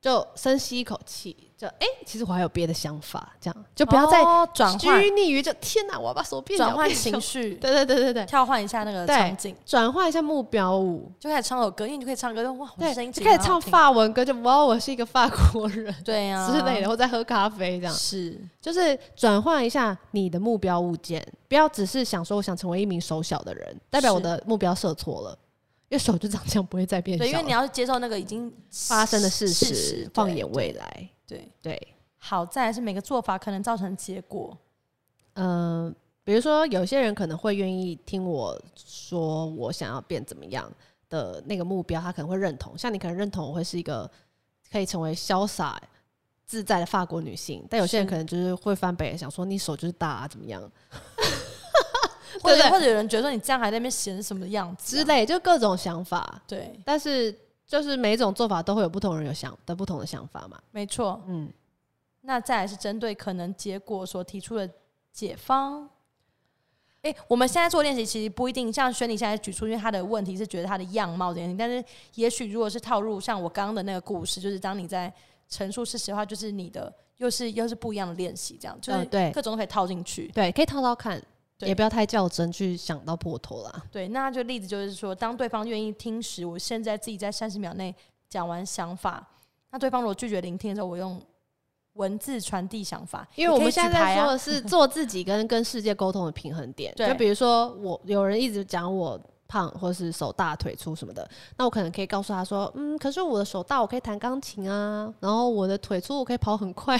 Speaker 1: 就深吸一口气，就哎、诶其实我还有别的想法，这样就
Speaker 2: 就
Speaker 1: 不要再
Speaker 2: 哦转换
Speaker 1: 拘泥于就天哪，我要把手变小
Speaker 2: 转换
Speaker 1: 变小
Speaker 2: 情绪，
Speaker 1: 对对对对对，
Speaker 2: 跳换一下那个
Speaker 1: 对
Speaker 2: 场景，
Speaker 1: 转换一下目标物，
Speaker 2: 就开始唱首歌，因为你就可以唱歌，就哇，我的
Speaker 1: 对，
Speaker 2: 声音
Speaker 1: 就
Speaker 2: 其实
Speaker 1: 开始
Speaker 2: 蛮
Speaker 1: 唱
Speaker 2: 好听，啊
Speaker 1: 法文歌，就哇，我是一个法国人
Speaker 2: 对呀
Speaker 1: 之类的，，或在喝咖啡这样，
Speaker 2: 是
Speaker 1: 就是转换一下你的目标物件，不要只是想说我想成为一名手小的人，代表我的目标设错了，因为手就长这样不会再变小
Speaker 2: 对，
Speaker 1: 了，
Speaker 2: 因为你要接受那个已经
Speaker 1: 发生的事
Speaker 2: 事
Speaker 1: 实
Speaker 2: 对，
Speaker 1: 放眼未来，
Speaker 2: 对。
Speaker 1: 对，
Speaker 2: 好，再来是每个做法可能造成结果，
Speaker 1: 嗯、比如说有些人可能会愿意听我说我想要变怎么样的那个目标，他可能会认同，像你可能认同我会是一个可以成为潇洒。自在的法国女性，但有些人
Speaker 2: 是
Speaker 1: 可能就是会翻白眼，想说你手就是大啊，怎么样？
Speaker 2: 或者
Speaker 1: 对
Speaker 2: 或者有人觉得说你这样还在那边显什么样子
Speaker 1: 之
Speaker 2: 啊，
Speaker 1: 类，就各种想法。
Speaker 2: 对，
Speaker 1: 但是就是每一种做法都会有不同人有想的不同的想法嘛。
Speaker 2: 没错。
Speaker 1: 嗯，
Speaker 2: 那再来是针对可能结果所提出的解方。诶，我们现在做练习其实不一定像轩尼现在举出，因为他的问题是觉得他的样貌这件事情，但是也许如果是套入像我刚刚的那个故事，就是当你在陈述事实的话，就是你的又是又是不一样的练习，这样就是
Speaker 1: 嗯对
Speaker 2: 各种都可以套进去。
Speaker 1: 对，可以套套看，
Speaker 2: 对
Speaker 1: 也不要太较真，去想到破头啦。
Speaker 2: 对，那就例子就是说，当对方愿意听时，我现在自己在三十秒内讲完想法。那对方如果拒绝聆听的时候，我用文字传递想法，
Speaker 1: 因为我
Speaker 2: 你可
Speaker 1: 们
Speaker 2: 以举
Speaker 1: 现在在
Speaker 2: 牌啊
Speaker 1: 说的 [laughs] 是做自己跟跟世界沟通的平衡点。
Speaker 2: 对
Speaker 1: 就比如说我有人一直讲我胖或是手大腿粗什么的，那我可能可以告诉他说，嗯，可是我的手大，我可以弹钢琴啊，然后我的腿粗，我可以跑很快，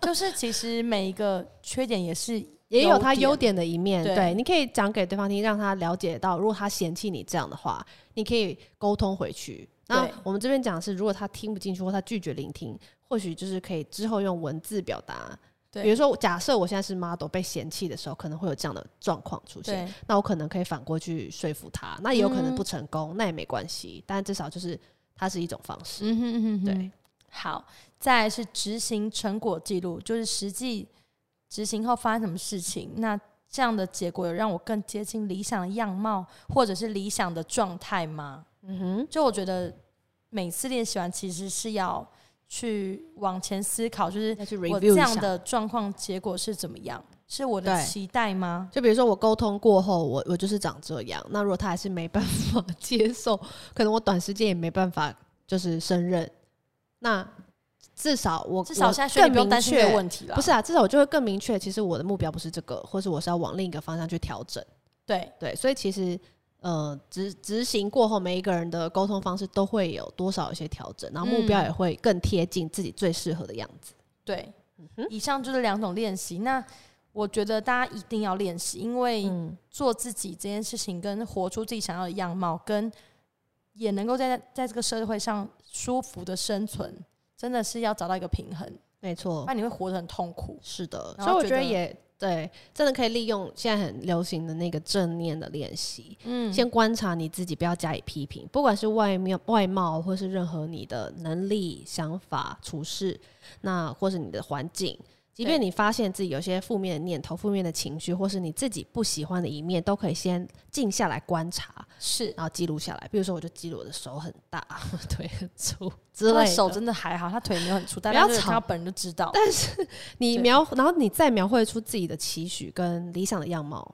Speaker 2: 就是其实每一个缺点也是
Speaker 1: 也有它
Speaker 2: 优
Speaker 1: 优点的一面，
Speaker 2: 对
Speaker 1: 对，你可以讲给对方听，让他了解到，如果他嫌弃你这样的话，你可以沟通回去。那
Speaker 2: 对
Speaker 1: 我们这边讲的是，如果他听不进去或他拒绝聆听，或许就是可以之后用文字表达。
Speaker 2: 对
Speaker 1: 比如说，假设我现在是 model 被嫌弃的时候，可能会有这样的状况出现，
Speaker 2: 对
Speaker 1: 那我可能可以反过去说服他，那也有可能
Speaker 2: 嗯
Speaker 1: 不成功，那也没关系，但至少就是它是一种方式。
Speaker 2: 嗯哼嗯哼，
Speaker 1: 对，
Speaker 2: 好，再来是执行成果记录，就是实际执行后发生什么事情。那这样的结果有让我更接近理想的样貌，或者是理想的状态吗？
Speaker 1: 嗯哼，
Speaker 2: 就我觉得每次练习完，其实是要去往前思考，就是
Speaker 1: 要去
Speaker 2: 我
Speaker 1: review
Speaker 2: 这
Speaker 1: 一
Speaker 2: 样
Speaker 1: 下。
Speaker 2: 的状况结果是怎么样？是我的
Speaker 1: 对
Speaker 2: 期待吗？
Speaker 1: 就比如说我沟通过后，我我就是长这样。那如果他还是没办法 [laughs] 接受，可能我短时间也没办法就是胜任。那至少我
Speaker 2: 至少
Speaker 1: 我
Speaker 2: 现在学你
Speaker 1: 更
Speaker 2: 不用
Speaker 1: 明
Speaker 2: 担心这
Speaker 1: 确
Speaker 2: 个，问题了。
Speaker 1: 不是啊，至少我就会更明确，其实我的目标不是这个，或是我是要往另一个方向去调整。
Speaker 2: 对，
Speaker 1: 对，所以其实呃执执行过后，每一个人的沟通方式都会有多少一些调整，然后目标
Speaker 2: 嗯
Speaker 1: 也会更贴近自己最适合的样子。
Speaker 2: 对，以上就是两种练习。那我觉得大家一定要练习，因为
Speaker 1: 嗯，
Speaker 2: 做自己这件事情，跟活出自己想要的样貌，跟也能够在在这个社会上舒服的生存，真的是要找到一个平衡，
Speaker 1: 没错
Speaker 2: 不，然你会活得很痛苦。
Speaker 1: 是的，
Speaker 2: 然
Speaker 1: 所以
Speaker 2: 后
Speaker 1: 我
Speaker 2: 觉
Speaker 1: 觉得
Speaker 2: 得
Speaker 1: 也对，真的可以利用现在很流行的那个正念的练习，
Speaker 2: 嗯，
Speaker 1: 先观察你自己，不要加以批评，不管是外面外貌，或是任何你的能力、想法、处事，那或是你的环境。即便你发现自己有些负面的念头、负面的情绪，或是你自己不喜欢的一面，都可以先静下来观察，
Speaker 2: 是
Speaker 1: 然后记录下来。比如说，我就记录我的手很大、 [laughs] 腿很粗之
Speaker 2: 他
Speaker 1: 类
Speaker 2: 的
Speaker 1: 的。
Speaker 2: 手真的还好，他腿没有很粗，大
Speaker 1: 不要
Speaker 2: 家就是看
Speaker 1: 吵
Speaker 2: 到本人就知道。
Speaker 1: 你
Speaker 2: 对
Speaker 1: 描，然后你再描绘出自己的期许跟理想的样貌，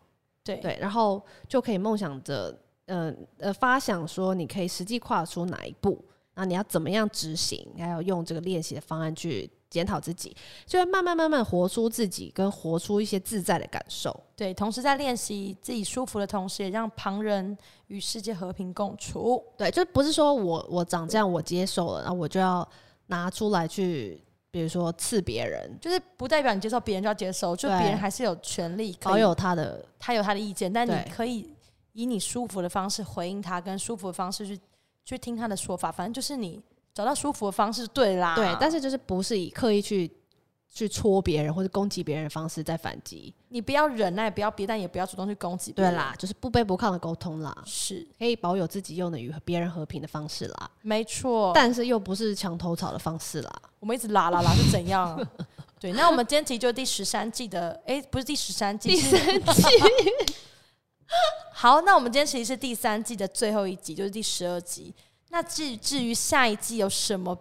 Speaker 2: 对
Speaker 1: 对，然后就可以梦想着，呃呃，发想说你可以实际跨出哪一步，那你要怎么样执行，还有用这个练习的方案去检讨自己，就会慢慢慢慢活出自己，跟活出一些自在的感受。
Speaker 2: 对，同时在练习自己舒服的同时，也让旁人与世界和平共处。
Speaker 1: 对，就不是说我我长这样我接受了，然后我就要拿出来去，比如说刺别人，
Speaker 2: 就是不代表你接受别人就要接受，就
Speaker 1: 对
Speaker 2: 别人还是有权利可
Speaker 1: 保
Speaker 2: 以
Speaker 1: 有他的
Speaker 2: 他有他的意见，但
Speaker 1: 对
Speaker 2: 你可以以你舒服的方式回应他，跟舒服的方式去去听他的说法。反正就是你找到舒服的方式，对啦。
Speaker 1: 对，但
Speaker 2: 是
Speaker 1: 是就是不是以刻意去去戳别人或者攻击别人的方式在反击，
Speaker 2: 你不要忍耐，不要憋，但也不要主动去攻击。
Speaker 1: 对啦，，就是不卑不亢的沟通啦，
Speaker 2: 是
Speaker 1: 可以保有自己用的与别人和平的方式啦，
Speaker 2: 没错。
Speaker 1: 但是又不是墙头草的方式啦。
Speaker 2: 我们一直啦啦啦是怎样、
Speaker 1: [laughs]
Speaker 2: 啊？对，那我们今天其实就是第十三季的，哎、不是第十三季，
Speaker 1: 第
Speaker 2: 是
Speaker 1: 三季
Speaker 2: [laughs] 好，那我们今天其实是第三季的最后一集，就是第十二集。那至至于下一季有什么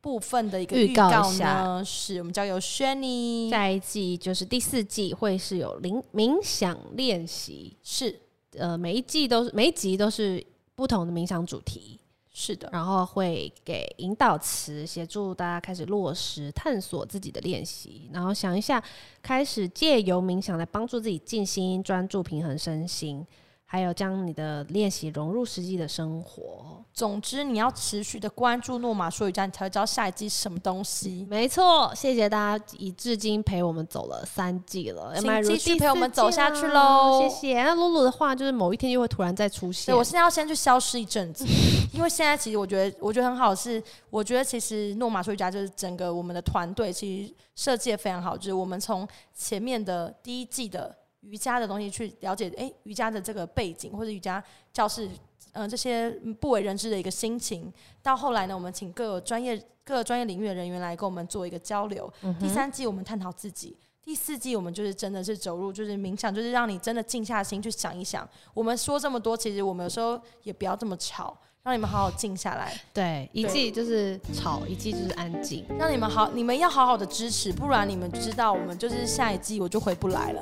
Speaker 2: 部分的一个
Speaker 1: 预
Speaker 2: 预
Speaker 1: 告一
Speaker 2: 告
Speaker 1: 下
Speaker 2: 呢？是我们交由 Shani，
Speaker 1: 下一季就是第四季会是有冥冥想练习，
Speaker 2: 是
Speaker 1: 呃，每一季都是每一集都是不同的冥想主题，
Speaker 2: 是的，
Speaker 1: 然后会给引导词，协助大家开始落实、探索自己的练习，然后想一下，开始借由冥想来帮助自己静心、专注、平衡身心，还有将你的练习融入实际的生活。
Speaker 2: 总之你要持续的关注诺玛说瑜伽，你才会知道下一季是什么东西。
Speaker 1: 没错，谢谢大家以至今陪我们走了三季了，
Speaker 2: 请
Speaker 1: 要迈入
Speaker 2: 继
Speaker 1: 第
Speaker 2: 续
Speaker 1: 四
Speaker 2: 陪我们
Speaker 1: 季
Speaker 2: 走下去
Speaker 1: 啦
Speaker 2: 喽
Speaker 1: 谢谢。那露露的话，就是某一天就会突然再出现。
Speaker 2: 对，我现在要先去消失一阵子，因为现在其实我觉得，我觉得很好是，我觉得其实诺玛说瑜伽就是整个我们的团队其实设计的非常好，就是我们从前面的第一季的瑜伽的东西去了解，诶，瑜伽的这个背景或者瑜伽教室，嗯、这些不为人知的一个心情，到后来呢，我们请各个专业各个专业领域的人员来跟我们做一个交流。第三季我们探讨自己。第四季我们就是真的是走入就是冥想，就是让你真的静下心去想一想，我们说这么多，其实我们有时候也不要这么吵，让你们好好静下来，
Speaker 1: 对一
Speaker 2: 对
Speaker 1: 季就是吵，一季就是安静。
Speaker 2: 让你们好，你们要好好的支持，不然你们知道我们就是下一季我就回不来了。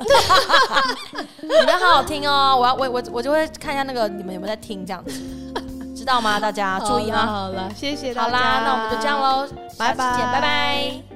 Speaker 2: 你们要好好听哦，我要我我我就会看一下那个你们有没有在听这样子，知道吗？大家注意
Speaker 1: 啊，
Speaker 2: 吗？
Speaker 1: 好了，谢谢大
Speaker 2: 好
Speaker 1: 家。
Speaker 2: 啦，那我们就这样。喽，下次见
Speaker 1: 拜拜
Speaker 2: 拜拜。